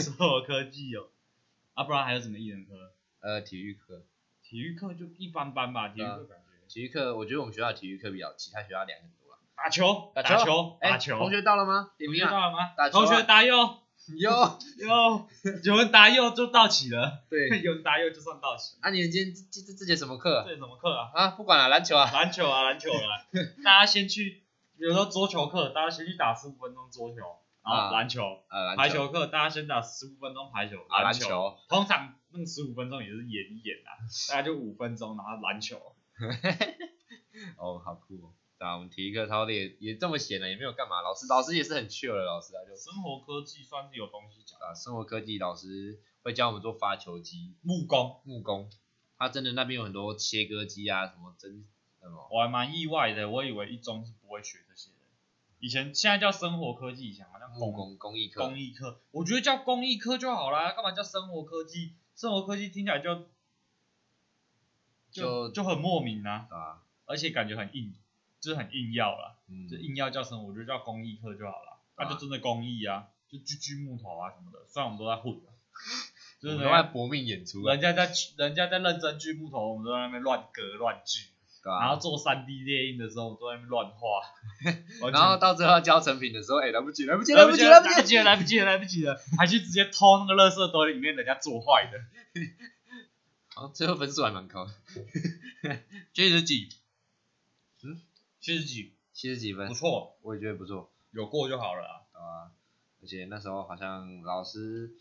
S2: 生活科技哦，啊，不然还有什么艺人科？
S1: 呃，体育课，啊
S2: 体育课就一般般吧，体育课感觉。
S1: 体育课，我觉得我们学校的体育课比较其他学校凉很多了。
S2: 打球，
S1: 打球
S2: 打球，
S1: 哎
S2: 打，球。
S1: 同学到了吗？点名
S2: 知
S1: 啊！
S2: 道了吗？
S1: 打球啊
S2: 同学答右，
S1: 哟，
S2: 右，有人答右就到齐了，
S1: 对，
S2: 有人答右就算到齐。
S1: 啊，你们今天这这这节什么课
S2: 这什么课啊？
S1: 啊？不管了，篮球啊。
S2: 篮球啊，篮球 啦、大家先去，比如说桌球课，大家先去打十五分钟桌球，然
S1: 啊
S2: 后篮球、
S1: 呃，
S2: 排
S1: 篮球
S2: 球课，大家先打十五分钟排球、
S1: 啊，篮
S2: 球。
S1: 球，
S2: 通常那十五分钟也是演一 演啊，大概就五分钟，然后篮球。
S1: 哦，好酷哦。对啊，我们体育课操的也也这么闲了，也没有干嘛。老师老师也是很 chill 的老师啊，就是
S2: 生活科技算是有东西讲，
S1: 啊，生活科技老师会教我们做发球机、
S2: 木工
S1: 木工，他真的那边有很多切割机啊，什么针什么，
S2: 我还蛮意外的，我以为一中是不会学这些的。以前现在叫生活科技，以前好像
S1: 木工工艺课
S2: 工。艺科，我觉得叫工艺科就好啦，干嘛叫生活科技？生活科技听起来就
S1: 就
S2: 就就很莫名啊，
S1: 啊，
S2: 而且感觉很硬，就是很硬要啦，
S1: 嗯
S2: 就，硬要叫生活，我觉得叫工艺科就好啦。那、
S1: 啊
S2: 就真的工艺啊，就锯锯木头啊什么的，虽然我们都在混 啊，
S1: 我
S2: 就是
S1: 们
S2: 人
S1: 都在
S2: 家
S1: 搏命演出啊，
S2: 人家在人家在认真锯木头，我们都在那边乱割乱锯，
S1: 对
S2: 然后
S1: 吧？
S2: 做三 D 列印的时候，我们都在那边乱 画，完全
S1: 然后到最后交成品的时候，哎，来不及，来不及，
S2: 来
S1: 来
S2: 不
S1: 不
S2: 及
S1: 及，
S2: 了，
S1: 来不
S2: 来不
S1: 及，
S2: 及了，来不及了，来不及了，还去直接偷那个垃圾堆里面人家做坏的。
S1: 好，最后分数还蛮高的， 七十几，
S2: 七十几，
S1: 七十几分
S2: 不，错，
S1: 我也觉得不错，
S2: 有过就好了啊。
S1: 对吧？而且那时候好像老师，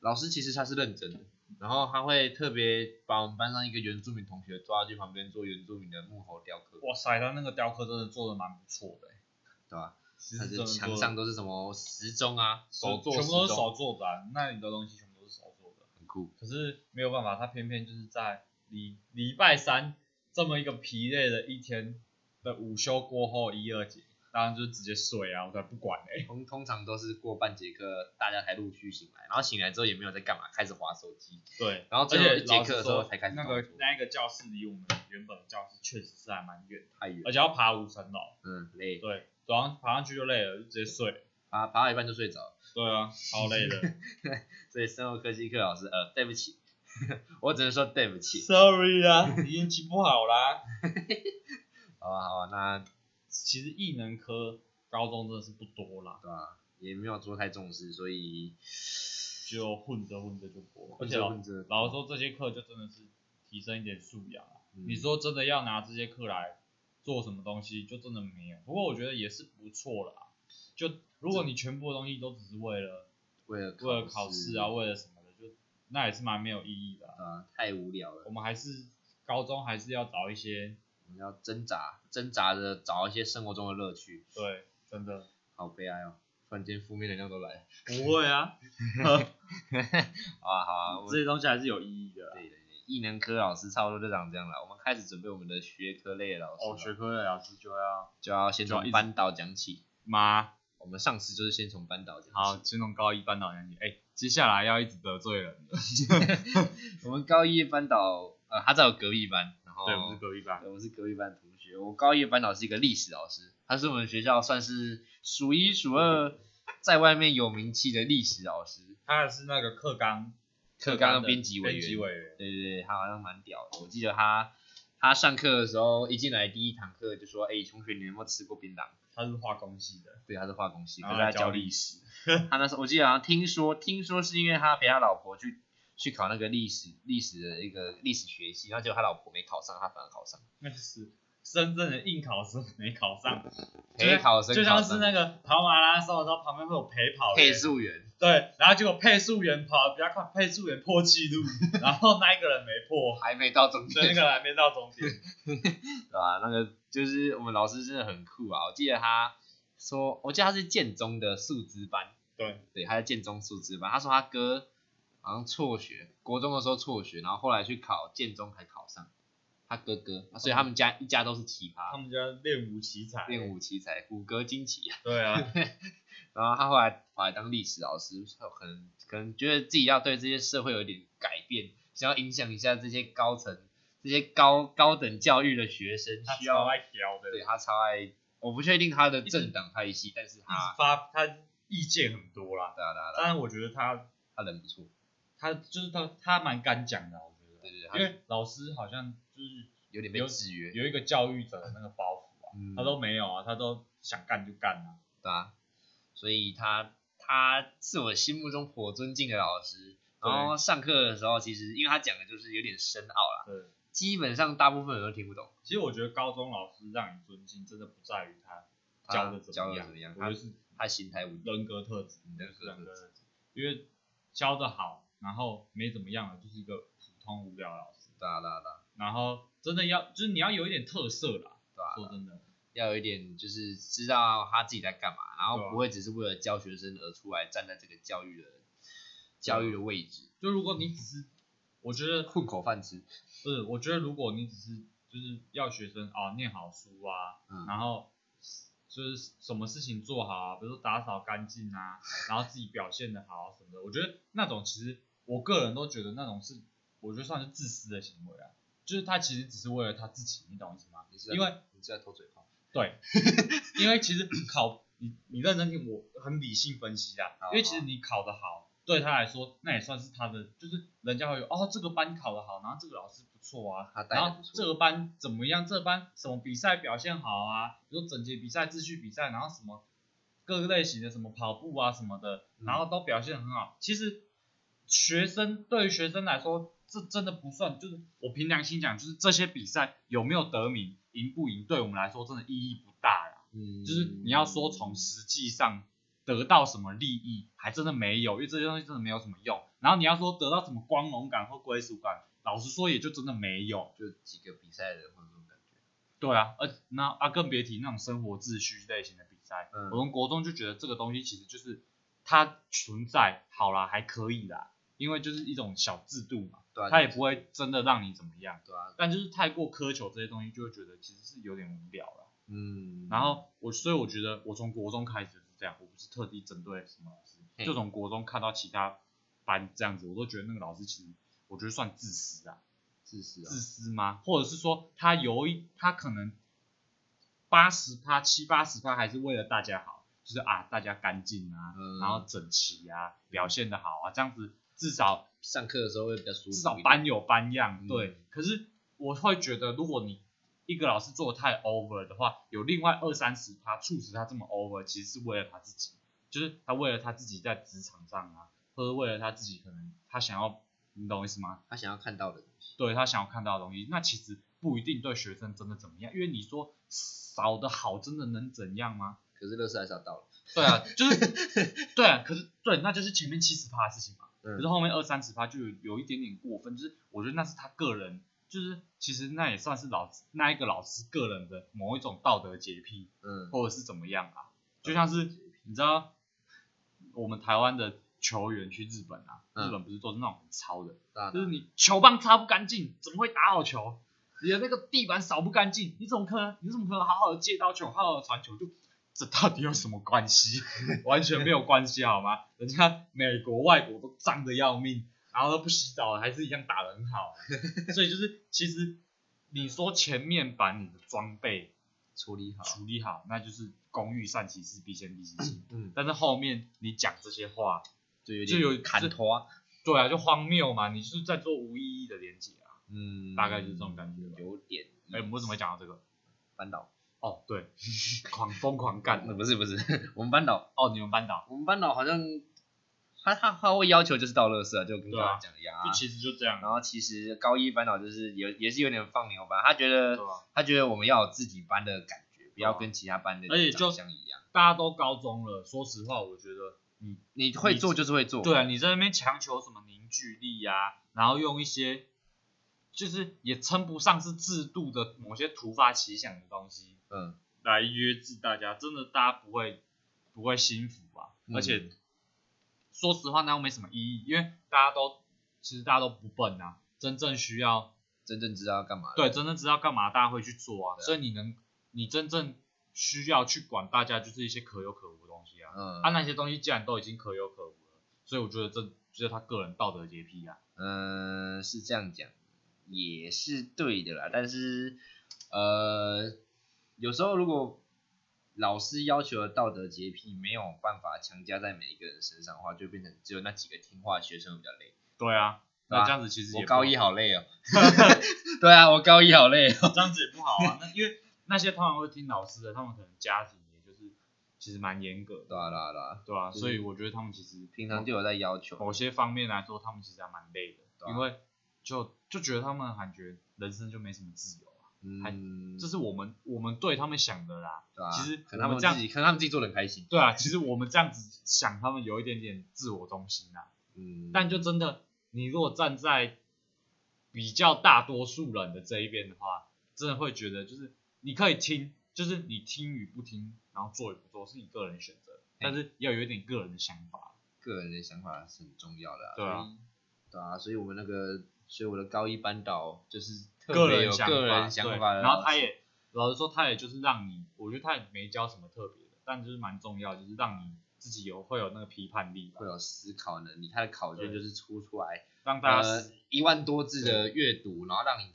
S1: 老师其实他是认真的，然后他会特别把我们班上一个原住民同学抓去旁边做原住民的木猴雕刻，
S2: 哇塞，他那个雕刻真的做的蛮不错的欸、
S1: 对吧？
S2: 其
S1: 他
S2: 实
S1: 是
S2: 真的
S1: 墙
S2: 做得
S1: 上都是什么时钟啊，手做
S2: 全
S1: 时
S2: 部都是
S1: 钟，
S2: 手做的、啊，那里的东西全部都是手做的。
S1: 很酷，
S2: 可是没有办法，他偏偏就是在礼礼拜三这么一个疲累的一天的午休过后一二节，当然就直接睡啊，我才不管嘞、
S1: 通通常都是过半节课大家才陆续醒来，然后醒来之后也没有在干嘛，开始划手机，
S2: 对，
S1: 然后
S2: 而
S1: 最后一
S2: 且
S1: 节
S2: 老
S1: 课
S2: 实
S1: 的时候
S2: 说，
S1: 才开始
S2: 那
S1: 动
S2: 个
S1: 作
S2: 那一个教室离我们原本的教室确实是还蛮远的，
S1: 太远
S2: 而，且要爬五层楼。
S1: 嗯，累，
S2: 对，早上爬上去就累了，就直接睡了。
S1: 爬爬到一半就睡着了。
S2: 对啊，超 累的。
S1: 所以生物科技课老师，呃，对不起， 我只能说对不起。
S2: Sorry 啊，你运气不好啦。
S1: 好啊吧，好吧，那
S2: 其实艺能科高中真的是不多啦，啊
S1: 对吧、也没有做太重视，所以
S2: 就混着混着就过了。而
S1: 混
S2: 且
S1: 着
S2: 老
S1: 混着，
S2: 老实说，这些课就真的是提升一点素养啊。
S1: 嗯
S2: 你说真的要拿这些课来做什么东西，就真的没有。不过我觉得也是不错啦。就如果你全部的东西都只是为了
S1: 为了
S2: 为了考试啊，为了什么的，就那也是蛮没有意义的啊、
S1: 啊、太无聊了
S2: 我，们还是高中还是要找一些
S1: 我们要挣扎，挣扎着找一些生活中的乐趣，
S2: 对，真的
S1: 好悲哀哦，突然间负面能量都来了。
S2: 不会 啊，
S1: 好啊，好啊，我
S2: 这
S1: 们
S2: 些东西还是有意义的啊。
S1: 对对对，艺能科老师差不多就长这样了，我们开始准备我们的学科类的老师了，
S2: 哦，学科类老师就要
S1: 就要先
S2: 就要一
S1: 从
S2: 直
S1: 班导讲起。
S2: 妈
S1: 我们上次就是先从班导讲
S2: 好，
S1: 起，
S2: 先从高一班导讲起，哎，接下来要一直得罪人了。
S1: 我们高一班导，呃，他在我隔壁班，然后
S2: 对，我们是隔壁班
S1: 对，我们是隔壁班同学。我高一的班导是一个历史老师，他是我们学校算是数一数二，在外面有名气的历史老师。
S2: 他是那个课纲
S1: 课纲
S2: 的
S1: 编辑委
S2: 编辑
S1: 员，
S2: 委员，
S1: 对对对，他好像蛮屌的。我记得他他上课的时候，一进来第一堂课就说：“哎、同学，你有没有吃过槟榔
S2: 他是化工系的，？”
S1: 对，他是化工系，可
S2: 然后
S1: 是他教
S2: 他啊教
S1: 历
S2: 历
S1: 史。 他那时候我记得好像听说，听说是因为他陪他老婆去去考那个历史历史的一个历史学系，然后结果他老婆没考上，他反而考上，
S2: 那是深圳的应考生没考上，就
S1: 嗯陪
S2: 像
S1: 考生
S2: 就
S1: 考
S2: 像
S1: 上
S2: 是那个跑马拉松的时候，旁边会有陪跑
S1: 配
S2: 员，
S1: 速员。
S2: 对，然后结果配速员跑得比较快，配速员破纪录，然后那一个人没破，
S1: 还没到终
S2: 对，那
S1: 点，
S2: 个还没到 终点。
S1: 对吧、那个就是我们老师真的很酷啊！我记得他说，我记得他是建中的数资班，
S2: 对，
S1: 对，他是建中数资班。他说他哥好像辍学，国中的时候辍学，然后后来去考建中才考上。他哥哥，啊所以他们家一家都是奇
S2: 他
S1: 葩，
S2: 们家练武奇才，
S1: 练武奇才，骨骼惊奇啊。
S2: 对啊，
S1: 然后他后来跑来当历史老师，可能可能觉得自己要对这些社会有一点改变，想要影响一下这些高层、这些高高等教育的学生，
S2: 他
S1: 需要
S2: 超爱屌的，
S1: 对
S2: 一
S1: 他超爱，我不确定他的
S2: 直
S1: 政党派系，但是
S2: 直
S1: 他
S2: 发他意见很多啦。
S1: 对啊对啊对啊，
S2: 当然，我觉得他
S1: 他人不错，
S2: 他就是他他蛮敢讲的，我觉得，
S1: 对对对，
S2: 因
S1: 他
S2: 为老师好像就是
S1: 有点被制约，
S2: 有一个教育者的那个包袱啊，
S1: 嗯
S2: 他都没有啊，他都想干就干啊。
S1: 对啊，所以他他是我心目中颇尊敬的老师。
S2: 对
S1: 然后上课的时候，其实因为他讲的就是有点深奥啦，
S2: 对，
S1: 基本上大部分人都听不懂。
S2: 其实我觉得高中老师让你尊敬，真的不在于他
S1: 他
S2: 教的怎
S1: 教
S2: 么
S1: 得
S2: 样，
S1: 怎么样
S2: 我觉得是
S1: 他心态稳定，
S2: 人格特质，
S1: 人格特质
S2: 人格特质，因为教的好，然后没怎么样的，就是一个普通无聊的老师，
S1: 对啊对啊对啊
S2: 然后真的要就是你要有一点特色啦，
S1: 对啊对
S2: 说
S1: 啊，
S2: 真的，
S1: 要有一点就是知道他自己在干嘛，然
S2: 对
S1: 后
S2: 啊
S1: 不会只是为了教学生而出来站在这个教育的教育的位置，
S2: 就如果你只是，我觉得
S1: 混口饭吃。
S2: 不是，我觉得如果你只是就是要学生啊、念好书啊，
S1: 嗯
S2: 然后就是什么事情做好啊，比如说打扫干净啊，然后自己表现的好啊什么的，我觉得那种其实我个人都觉得那种是我觉得算是自私的行为啊，就是他其实只是为了他自己，你懂我意思吗？
S1: 你是在
S2: 因为
S1: 你是在偷嘴炮
S2: 对，因为其实考你你认真听，我很理性分析啊
S1: 好，
S2: 因为其实你考得好，对他来说那也算是他的，就是人家会有哦这个班考得好，然后这个老师不错啊
S1: 他，带得
S2: 然后
S1: 不错
S2: 这个班怎么样，这个班什么比赛表现好啊，比如说整洁比赛、秩序比赛，然后什么各类型的什么跑步啊什么的，
S1: 嗯
S2: 然后都表现得很好。其实学生对于学生来说，这真的不算，就是我凭良心讲，就是这些比赛有没有得名、赢不赢，对我们来说真的意义不大啦。
S1: 嗯
S2: 就是你要说从实际上得到什么利益，还真的没有，因为这些东西真的没有什么用。然后你要说得到什么光荣感或归属感，老实说也就真的没有。
S1: 就几个比赛的人会有这种感觉，
S2: 对啊，而那啊更别提那种生活秩序类型的比赛。
S1: 嗯
S2: 我们国中就觉得这个东西其实就是它存在，好啦，还可以啦，因为就是一种小制度嘛，
S1: 对啊，
S2: 它也不会真的让你怎么样。
S1: 对啊，
S2: 但就是太过苛求这些东西，就会觉得其实是有点无聊了。
S1: 嗯，
S2: 然后我所以我觉得我从国中开始就是这样，我不是特地针对什么老师，
S1: 嘿
S2: 就从国中看到其他班这样子，我都觉得那个老师其实我觉得算自私啊，
S1: 自私啊
S2: 自，私吗？或者是说他有一他可能八十趴七八十趴还是为了大家好，就是啊大家干净啊，
S1: 嗯
S2: 然后整齐啊，表现的好啊，这样子至少
S1: 上课的时候会比较舒服一点，
S2: 至少班有班样，
S1: 嗯
S2: 对。可是我会觉得，如果你一个老师做的太 over 的话，有另外二三十趴促使他这么 over，其实是为了他自己，就是他为了他自己在职场上啊，或者为了他自己可能他想要，你懂我意思吗？
S1: 他想要看到的东西，
S2: 对他想要看到的东西，那其实不一定对学生真的怎么样，因为你说少的好，真的能怎样吗？
S1: 可是乐视还是要到了，嗯
S2: 对啊，就是对啊，可是对，那就是前面七十趴的事情嘛。可
S1: 嗯
S2: 是，后面二三十趴就有有一点点过分，就是我觉得那是他个人，就是其实那也算是老师那一个老师个人的某一种道德洁癖，
S1: 嗯，
S2: 或者是怎么样啊？就像是你知道我们台湾的球员去日本啊，
S1: 嗯
S2: 日本不是都是那种很糙的，
S1: 大
S2: 就是你球棒擦不干净，怎么会打好球？你的那个地板扫不干净，你怎么可能？你怎么可能好好的接到球，好好的传球？就这到底有什么关系？ 完全没有关系，好吗？人家美国、外国都脏的要命，然后都不洗澡，还是一样打得很好。所以就是，其实你说前面把你的装备
S1: 处理好，
S2: 处理好，那就是工欲善其事，必先利其器。
S1: 嗯，
S2: 但是后面你讲这些话，
S1: 就有
S2: 就有
S1: 点砍头啊，
S2: 对啊，就荒谬嘛，你就是在做无意义的连接啊。
S1: 嗯，
S2: 大概就是这种感觉吧
S1: 有点意思，
S2: 哎、我们为什么会讲到这个？
S1: 班导？
S2: 哦，对，狂疯狂干
S1: 那不是不是，我们班导，
S2: 哦，你们班导
S1: 我们班导好像他他他会要求就是到乐视啊，就跟
S2: 对
S1: 刚
S2: 啊
S1: 刚讲的一样啊
S2: 就。其实就这样，
S1: 然后其实高一班导就是有也是有点放牛班，他觉得
S2: 对吧？
S1: 他觉得我们要有自己班的感觉，不要
S2: 对啊
S1: 跟其他班的
S2: 而且
S1: 长
S2: 就
S1: 相一样。
S2: 大家都高中了，说实话，我觉得你
S1: 你会做就是会做，
S2: 对啊，你在那边强求什么凝聚力呀、然后用一些就是也称不上是制度的某些突发奇想的东西
S1: 嗯，
S2: 来约制大家，真的大家不会不会心服啊，
S1: 嗯
S2: 而且说实话，那又没什么意义，因为大家都其实大家都不笨啊，真正需要
S1: 真正知道要干嘛。
S2: 对，真正知道干嘛，大家会去做啊。
S1: 对啊
S2: 所以你能，你真正需要去管大家，就是一些可有可无的东西啊。
S1: 嗯，
S2: 啊，那些东西既然都已经可有可无了，所以我觉得这就是他个人道德洁癖啊。
S1: 嗯，是这样讲，也是对的啦。但是，呃，有时候如果老师要求的道德洁癖没有办法强加在每一个人身上的话，就变成只有那几个听话的学生会比较累。
S2: 对啊，那
S1: 啊
S2: 这样子其实也
S1: 我
S2: 不好
S1: 高一好 累哦。对啊，我高一好累哦。
S2: 这样子也不好啊。那因为那些通常会听老师的，他们可能家庭也就是其实蛮严格的，
S1: 对啊对啊对啊，
S2: 对啊，
S1: 就是
S2: 所以我觉得他们其实
S1: 平常就有在要求。
S2: 某些方面来说，他们其实还蛮累的，
S1: 对啊
S2: 因为就就觉得他们感觉人生就没什么自由啊，
S1: 嗯，
S2: 这是我们我们对他们想的啦。
S1: 对啊，
S2: 其实
S1: 可能他
S2: 我
S1: 们
S2: 们这样
S1: 自己，可能他们自己做的很开心。
S2: 对啊，其实我们这样子想，他们有一点点自我中心啊。
S1: 嗯，
S2: 但就真的，你如果站在比较大多数人的这一边的话，真的会觉得就是你可以听，就是你听与不听，然后做与不做是你个人选择，但是要有一点个人的想法。
S1: 个人的想法是很重要的、啊。
S2: 对啊
S1: 所以，对啊，所以我们那个，所以我的高一班导就是特
S2: 个
S1: 别
S2: 人
S1: 有
S2: 想
S1: 个人
S2: 想
S1: 想法的
S2: 然后
S1: 老
S2: 他
S1: 师
S2: 也老实说，他也就是让你，我觉得他也没教什么特别的，但就是蛮重要，就是让你自己有会有那个批判力吧
S1: 会，有思考能力，他的考卷
S2: 对
S1: 就是出出来
S2: 让大家
S1: 呃
S2: 思、
S1: 一万多字的阅读，然后让你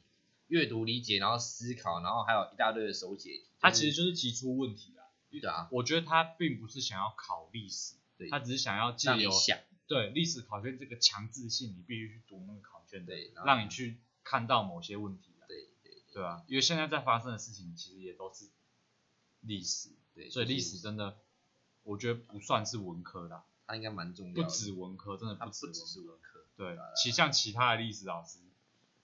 S1: 阅读理解，然后思考，然后还有一大堆的手写题。
S2: 他
S1: 就
S2: 其
S1: 是
S2: 实就是提出问题啊。
S1: 对啊，
S2: 我觉得他并不是想要考历史
S1: 对，
S2: 他只是想要借
S1: 让你
S2: 由
S1: 想，
S2: 对历史考卷这个强制性，你必须去读那个考卷的，
S1: 对，然后
S2: 让你去看到某些问题啊。
S1: 对对
S2: 对啊，因为现在在发生的事情其实也都是历史，
S1: 对，
S2: 所以
S1: 就是
S2: 历史真的，我觉得不算是文科啦，
S1: 它应该蛮重要的，
S2: 不止文科，真的
S1: 它不
S2: 止
S1: 只
S2: 文
S1: 是文科。
S2: 对，其像其他的历史老师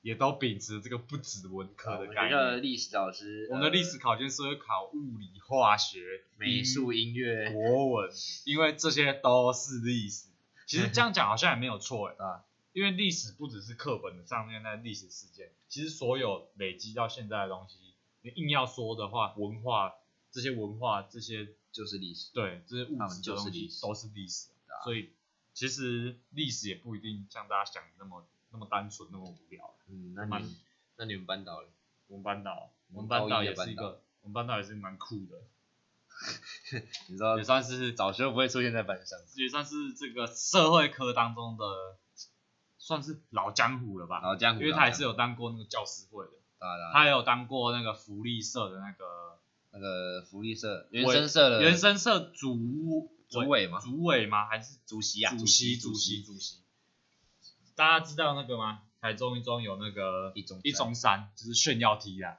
S2: 也都秉持这个不止文科
S1: 哦我
S2: 的
S1: 们
S2: 概
S1: 的
S2: 念。
S1: 历史老师，
S2: 我们的
S1: 呃
S2: 历史考卷是会考物理、化学、
S1: 美术、音乐，
S2: 国文，因为这些都是历史。其实这样讲好像也没有错哎，
S1: 啊，
S2: 因为历史不只是课本上面的历史事件，其实所有累积到现在的东西，你硬要说的话，文化这些文化这些
S1: 就是历史。
S2: 对这些物
S1: 他们
S2: 质
S1: 就
S2: 的
S1: 是
S2: 东
S1: 历
S2: 西
S1: 史
S2: 都是历史，
S1: 对啊
S2: 所以其实历史也不一定像大家想的那么那么单纯那么无聊。
S1: 嗯，那
S2: 蛮
S1: 你那你们班导嘞？
S2: 我们班导，
S1: 我
S2: 我
S1: 们
S2: 们
S1: 高
S2: 班
S1: 一
S2: 导
S1: 的
S2: 也是
S1: 班
S2: 一
S1: 导
S2: 个，我们班导也是蛮酷的，
S1: 你知道
S2: 也算是
S1: 早学不会出现在班上，
S2: 也算是这个社会科当中的算是老江湖了
S1: 然
S2: 吧，
S1: 后这样啊
S2: 因为他也是有当过那个教师会的，
S1: 他
S2: 他也有当过那个福利社的那个
S1: 啊那个福利社、原生社的
S2: 原生社主
S1: 主委吗？
S2: 主委吗？还是
S1: 主席啊，
S2: 主
S1: 席
S2: 席
S1: 主
S2: 主席主席？大家知道那个吗？台中一中有那个
S1: 一中
S2: 一中山，就是炫耀梯 啦，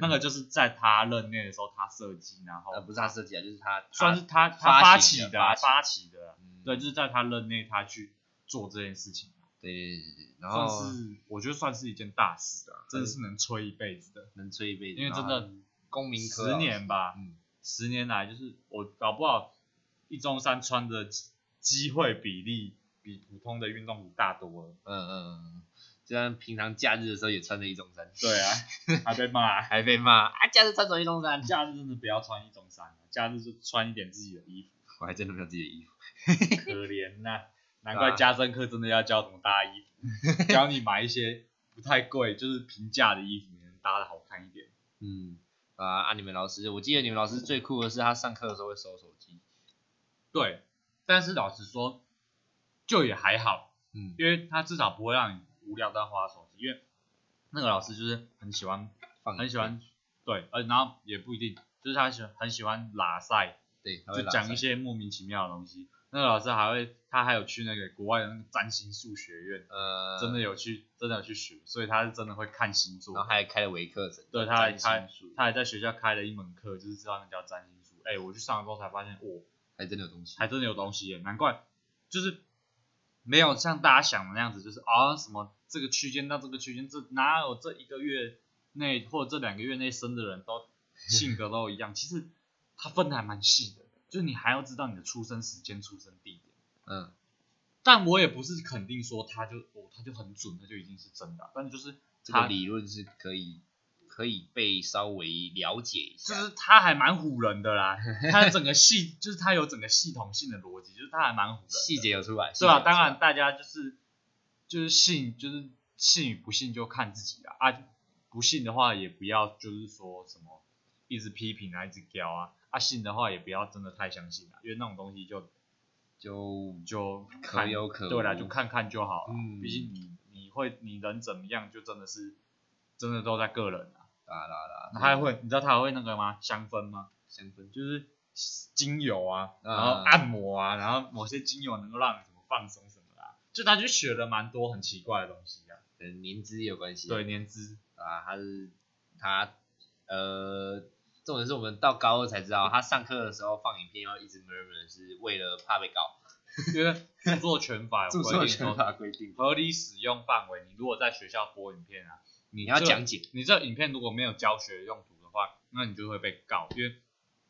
S2: 那个就是在他任内的时候他设计，然后
S1: 呃不是他设计啊，就是他
S2: 算是他
S1: 发
S2: 他发
S1: 起
S2: 起
S1: 的
S2: 的
S1: 发
S2: 啊
S1: 起
S2: 发起的啊，
S1: 嗯
S2: 对，就是在他任内他去做这件事情。
S1: 对对对对，然
S2: 算
S1: 后
S2: 是我觉得算是一件大事啊，真的是能吹一辈子的，
S1: 能吹一辈子，
S2: 因为真
S1: 然
S2: 的
S1: 后公民科啊
S2: 十年
S1: 吧，
S2: 吧，
S1: 嗯，
S2: 十年来就是我搞不好一中山穿的机机会比例比普通的运动服大多了。
S1: 嗯嗯嗯嗯，就像平常假日的时候也穿着一中衫，
S2: 对啊， 还被骂，还
S1: 被骂啊，假日穿着一中衫，
S2: 假日真的不要穿一中山了，假日就穿一点自己的衣服，
S1: 我还真的没有自己的衣服，
S2: 可怜呐、难
S1: 啊
S2: 怪家政课真的要教什么搭衣服，教你买一些不太贵，就是平价的衣服，你能搭的好看一点。
S1: 嗯，啊啊你们老师，我记得你们老师最酷的是他上课的时候会收手机，
S2: 对，但是老实说，就也还好，
S1: 嗯，
S2: 因为他至少不会让你无聊到花手机，因为那个老师就是很喜欢，
S1: 放
S2: 很喜欢，对，呃，然后也不一定，就是他喜欢很喜欢拉塞，
S1: 对，他会
S2: 就
S1: 拉
S2: 讲
S1: 塞
S2: 一些莫名其妙的东西。那个老师还会，他还有去那个国外的那个占星术学院，
S1: 呃
S2: 真的，有去，真的有去学，所以他是真的会看星座
S1: 然后。他还开了微课程，
S2: 对他还
S1: 占星
S2: 他
S1: 术
S2: 他还在学校开了一门课，就是知道那叫占星术。哎、我去上了之后才发现，哦，
S1: 还真的有东西，
S2: 还真的有东西耶，难怪就是没有像大家想的那样子，就是啊什么这个区间到这个区间，这哪有这一个月内或者这两个月内生的人 都性格都一样？其实它分的还蛮细的，就是你还要知道你的出生时间、出生地点。
S1: 嗯，
S2: 但我也不是肯定说它就哦它就很准，它就一定是真的啊、但是就是
S1: 这个
S2: 它
S1: 理论是可以可以被稍微了解一
S2: 就
S1: 下，
S2: 是它还蛮唬人 的啦，它整个系就是它有整个系统性的逻辑，就是它还蛮唬人的。
S1: 细节有出来，
S2: 对啊，
S1: 细节有出来
S2: 当然，大家就是就是信就是信与不信就看自己啊啊，不信的话也不要就是说什么一直批评啊，一直屌啊啊，信的话也不要真的太相信啊，因为那种东西就
S1: 就
S2: 就
S1: 可
S2: 看
S1: 有可无，
S2: 对啦，就看看就好了、
S1: 嗯
S2: 毕竟你你会你人怎么样，就真的是真的都在个人啊。
S1: 啦啦啦，
S2: 他还会你知道他还会那个吗？香氛吗？
S1: 香氛，
S2: 就是精油啊，
S1: 嗯
S2: 然后按摩啊，然后某些精油能够让你怎么放松什么的啊、就他就学了蛮多很奇怪的东西啊。
S1: 可能年资也有关系。
S2: 对，年资，
S1: 啊，他是他呃，重点是我们到高二才知
S2: 嗯
S1: 道，他上课的时候放影片要一直 murmur，是为了怕被告。
S2: 因为著作权 法有规定说，
S1: 规定，
S2: 合理使用范围，你如果在学校播影片啊，
S1: 你要讲解。
S2: 你这影片如果没有教学用途的话，那你就会被告，因为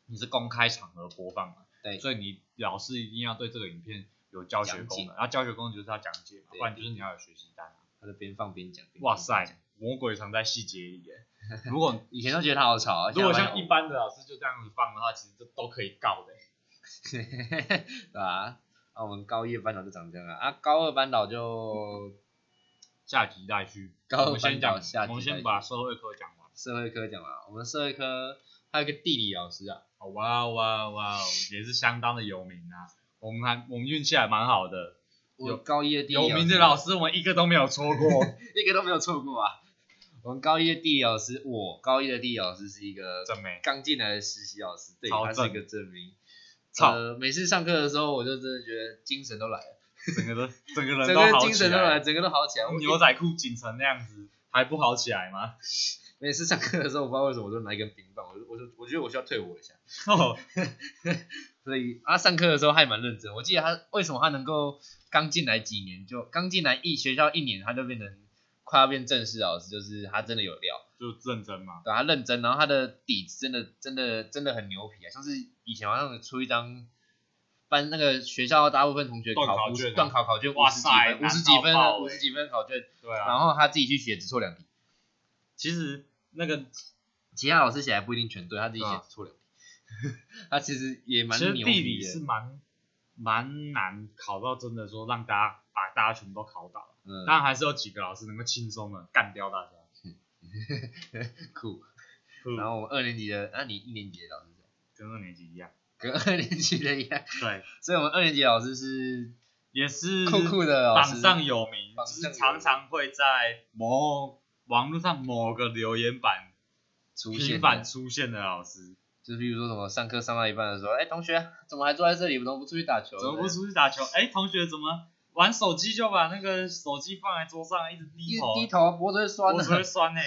S2: 你是公开场合播放嘛。
S1: 对
S2: 所以你老师一定要对这个影片有教学
S1: 讲解
S2: 功能，然后教学功能就是要讲解嘛，
S1: 对
S2: 不然就是你要有学习单啊。
S1: 他就边放边讲。边
S2: 哇
S1: 放边讲
S2: 塞！，魔鬼藏在细节里 耶。如果
S1: 以前都觉得他好吵啊，
S2: 如果
S1: 现在
S2: 像一般的老师就这样子放的话，其实这都可以告的耶。
S1: 对吧？啊，我们高一的班导就长这样啊，啊，高二班导就
S2: 下集再去，
S1: 高
S2: 我
S1: 二
S2: 们先
S1: 班导
S2: 讲
S1: 下，集
S2: 我们
S1: 再
S2: 先
S1: 去
S2: 把社会科讲完。
S1: 社会科讲啊了，我们社会科还有一个地理老师啊，
S2: 哦哇哇哇，也是相当的有名啊。我们还我们运气还蛮好的，
S1: 我
S2: 有
S1: 高一的地理
S2: 有名的老
S1: 师
S2: 师我们一个都没有错过，
S1: 一个都没有错过啊。我们高一的地理老师，我高一的地理老师是一个
S2: 真美。
S1: 刚进来的实习老师，对，
S2: 超
S1: 他是
S2: 正
S1: 一个证明。
S2: 操
S1: 呃，每次上课的时候，我就真的觉得精神都来了，
S2: 整个都整个人
S1: 整
S2: 都
S1: 个
S2: 好
S1: 精
S2: 起
S1: 神都来
S2: 来
S1: 了，，整个都好起来。我
S2: 牛仔裤紧成那样子还不好起来吗？
S1: 每次上课的时候，我不知道为什么我就拿一根冰棒，我就我就我觉得我需要退我一下。
S2: 哦，
S1: 所以他上课的时候还蛮认真。我记得他为什么他能够刚进来几年就刚进来一学校一年，他就变成快要变正式老师，就是他真的有料。
S2: 就认真嘛。
S1: 对，他认真，然后他的底子真的真的真的很牛皮啊，像是以前好像出一张班那个学校大部分同学
S2: 断
S1: 考
S2: 考
S1: 50
S2: 卷啊
S1: 段考考卷五
S2: 哇
S1: 十几
S2: 塞
S1: 分，五十
S2: 难
S1: 几
S2: 到
S1: 分
S2: 爆
S1: 五十
S2: 欸
S1: 几分考卷，
S2: 对啊，
S1: 然后他自己去写只错两题，
S2: 其实那个
S1: 其他老师写还不一定全对，他自己
S2: 对
S1: 写
S2: 啊
S1: 只错两题， 他其实也蛮
S2: 其实
S1: 牛
S2: 地理
S1: 皮
S2: 是
S1: 的，
S2: 蛮蛮难考到，真的说让大家把大家全部都考倒。
S1: 嗯，
S2: 当然还是有几个老师能够轻松的干掉大家。
S1: 酷。然后我们二年级的，那你一年级的老师是谁
S2: 跟二年级一样，
S1: 跟二年级的一样，
S2: 对，
S1: 所以我们二年级的老师是
S2: 也是
S1: 酷酷的老
S2: 榜
S1: 师，
S2: 上有名，
S1: 榜
S2: 就
S1: 上有名
S2: 是常常会在某网络上某个留言板
S1: 出现
S2: 频
S1: 的
S2: 繁出现的老师，
S1: 就是比如说什么上课上到一半的时候，哎、同学怎么还坐在这里？怎么不出去打球？
S2: 怎么不出去打球？哎，同学怎么玩手机就把那个手机放在桌上，一直
S1: 一
S2: 低头，
S1: 低头脖子会酸
S2: 我
S1: 的
S2: 啊只。会酸哎、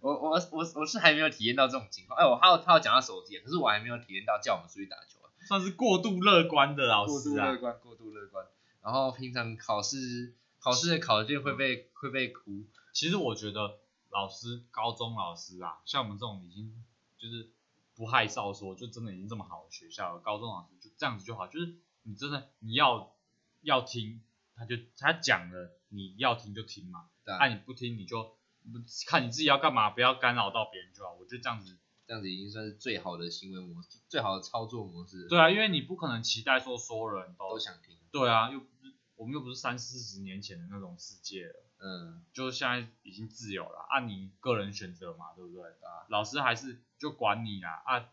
S1: 我我我我是还没有体验到这种情况。哎、我还有他有讲到手机，可是我还没有体验到叫我们出去打球。啊
S2: 算是过度乐观的老
S1: 过度
S2: 师
S1: 乐
S2: 啊。
S1: 观，过度乐观。然后平常考试考试的考卷会被会被哭，
S2: 其实我觉得老师，高中老师啊，像我们这种已经就是不害臊说，就真的已经这么好的学校了，高中老师就这样子就好，就是你真的你要要听，他就他讲了，你要听就听嘛，
S1: 对
S2: 那、
S1: 啊，
S2: 你不听你就看你自己要干嘛，不要干扰到别人就好。我就这样子，
S1: 这样子已经算是最好的行为模式，最好的操作模式。
S2: 对啊，因为你不可能期待说所有人
S1: 都
S2: 都
S1: 想听。
S2: 对啊，又不是我们又不是三四十年前的那种世界了。
S1: 嗯，
S2: 就是现在已经自由了，按、你个人选择嘛，对不对？
S1: 啊，
S2: 老师还是就管你啦啊。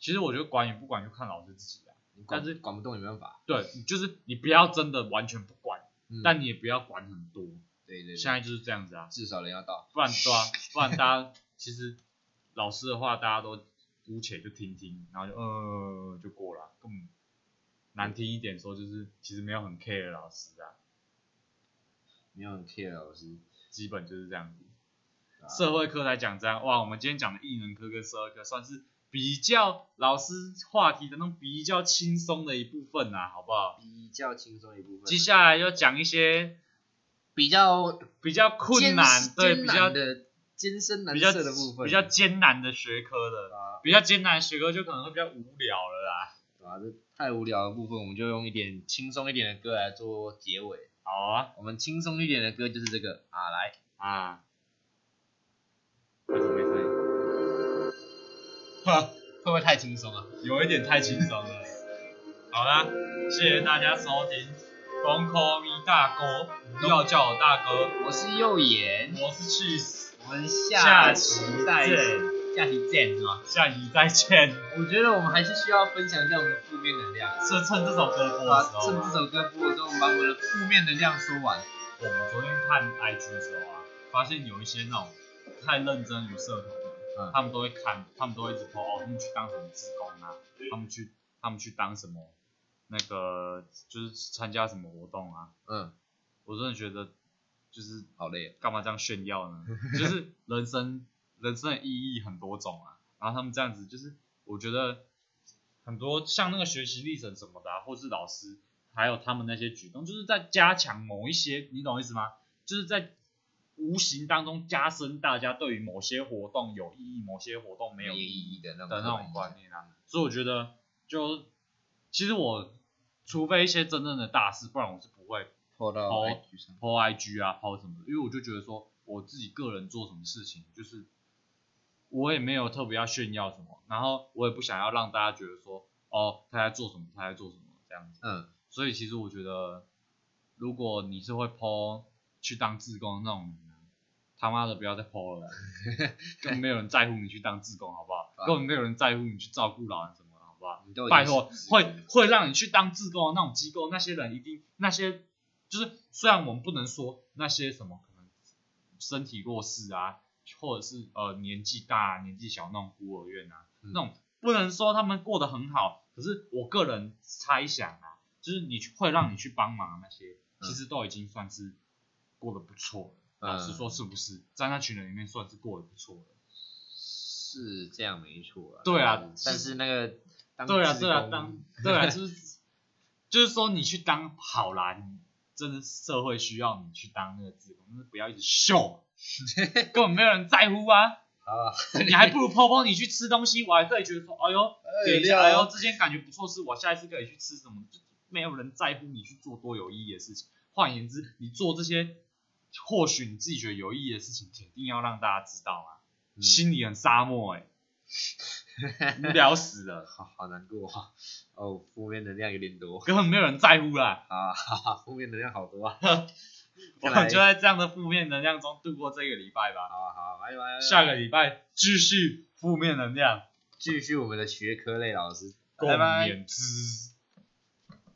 S2: 其实我觉得管与不管就看老师自己啦。
S1: 你管
S2: 但是
S1: 管不动也没办法。
S2: 对，就是你不要真的完全不管，
S1: 嗯，
S2: 但你也不要管很多。
S1: 对对
S2: 现
S1: 对，
S2: 在就是这样子啊，
S1: 至少人要到。
S2: 不然对啊，不然大家其实老师的话大家都姑且就听听，然后就呃就过了，根本难听一点说就是其实没有很 care 老师啊，
S1: 没有人 care 老师。
S2: 基本就是这样子。
S1: 对啊
S2: 社会科来讲这样，哇，我们今天讲的艺能科跟社会科算是比较老师话题当中比较轻松的一部分啦、好不好？
S1: 比较轻松一部分啊，
S2: 接下来要讲一些
S1: 比较
S2: 比较困难，
S1: 艰
S2: 对，
S1: 艰
S2: 比
S1: 难
S2: 较
S1: 的艰深难
S2: 比较
S1: 测的部分，
S2: 比较艰难的学科的，
S1: 啊，
S2: 比较艰难的学科就可能会比较无聊了啦。
S1: 对啊，这太无聊的部分，我们就用一点轻松一点的歌来做结尾。
S2: 好啊，
S1: 我们轻松一点的歌就是这个啊，来，
S2: 啊，为什么没声音？哈，
S1: 会不会太轻松啊？
S2: 有一点太轻松了。好啦，谢谢大家收听。Don't call me 大哥，不要叫我大哥。
S1: 我是右眼，
S2: 我是 Cheese，
S1: 我们
S2: 下
S1: 期
S2: 期
S1: 再
S2: 再
S1: 下期见是吗？
S2: 下集再见。
S1: 我觉得我们还是需要分享一下我们的负面能量。
S2: 是趁这首歌播
S1: 啊
S2: 的时，候
S1: 趁这
S2: 吗，
S1: 首歌播的时候，我们把我们的负面能量说完。
S2: 我们昨天看 IG 的时候啊，发现有一些那种太认真于社团的，
S1: 嗯
S2: 他们都会看，他们都会一直 po 哦，他们去当什么职工啊，他们去他们去当什么那个就是参加什么活动啊，
S1: 嗯，
S2: 我真的觉得就是
S1: 好累哦。
S2: 干嘛这样炫耀呢？ 就是人生人生的意义很多种啊，然后他们这样子就是我觉得很多像那个学习历程什么的、啊，或是老师还有他们那些举动，就是在加强某一些，你懂我意思吗？就是在无形当中加深大家对于某些活动有意义，某些活动没
S1: 没
S2: 有
S1: 有
S2: 意义。
S1: 嗯意义的那种
S2: 的那种观
S1: 观，
S2: 念啊。所以我觉得就，其实我除非一些真正的大事，不然我是不会
S1: 破到
S2: 好
S1: IG 上
S2: PO IG 啊，PO 什么的，因为我就觉得说我自己个人做什么事情，就是我也没有特别要炫耀什么，然后我也不想要让大家觉得说哦他在做什么，他在做什么这样子。
S1: 嗯，
S2: 所以其实我觉得，如果你是会 PO 去当志工的那种人啊，他妈的不要再 PO 了啦，根本没有人在乎你去当志工，好不好？
S1: 对啊
S2: 根本没有人在乎你去照顾老人什么的，好不好？
S1: 你都已经
S2: 拜托
S1: 是，
S2: 会会让你去当志工的那种机构，那些人一定那些就是，虽然我们不能说那些什么可能身体弱势啊，或者是呃年纪大、年纪小那种孤儿院啊，
S1: 嗯
S2: 那种不能说他们过得很好，可是我个人猜想啊，就是你去会让你去帮忙那些，
S1: 嗯
S2: 其实都已经算是过得不错了。
S1: 嗯
S2: 老实说，是不是在那群人里面算是过得不错了？
S1: 是这样没错啊。
S2: 对啊
S1: 但
S2: 是
S1: 但是那个当
S2: 对啊，
S1: 志
S2: 对啊，
S1: 工
S2: 当对 啊，就是就是说你去当好啦，你真的社会需要你去当那个志工，但是不要一直秀，根本没有人在乎啊。
S1: 啊，
S2: 你还不如 PO PO 你去吃东西，我还可以觉得说，哎呦，等一
S1: 啊
S2: 下，哎呦，这间感觉不错，是我下一次可以去吃什么，就没有人在乎你去做多有意义的事情。换言之，你做这些或许你自己觉得有意义的事情，肯定要让大家知道啊。
S1: 嗯
S2: 心里很沙漠哎、无聊死了。
S1: 好好难过啊，哦，负面能量有点多
S2: 根本没有人在乎啦。
S1: 啊， 哈哈，负面能量好多啊，
S2: 我
S1: 看
S2: 们
S1: 来
S2: 就在这样的负面能量中度过这个礼拜吧。
S1: 好好，拜拜，
S2: 下个礼拜继续负面能量，
S1: 继续我们的学科类老师，
S2: 共
S1: 拜拜。
S2: 勉之。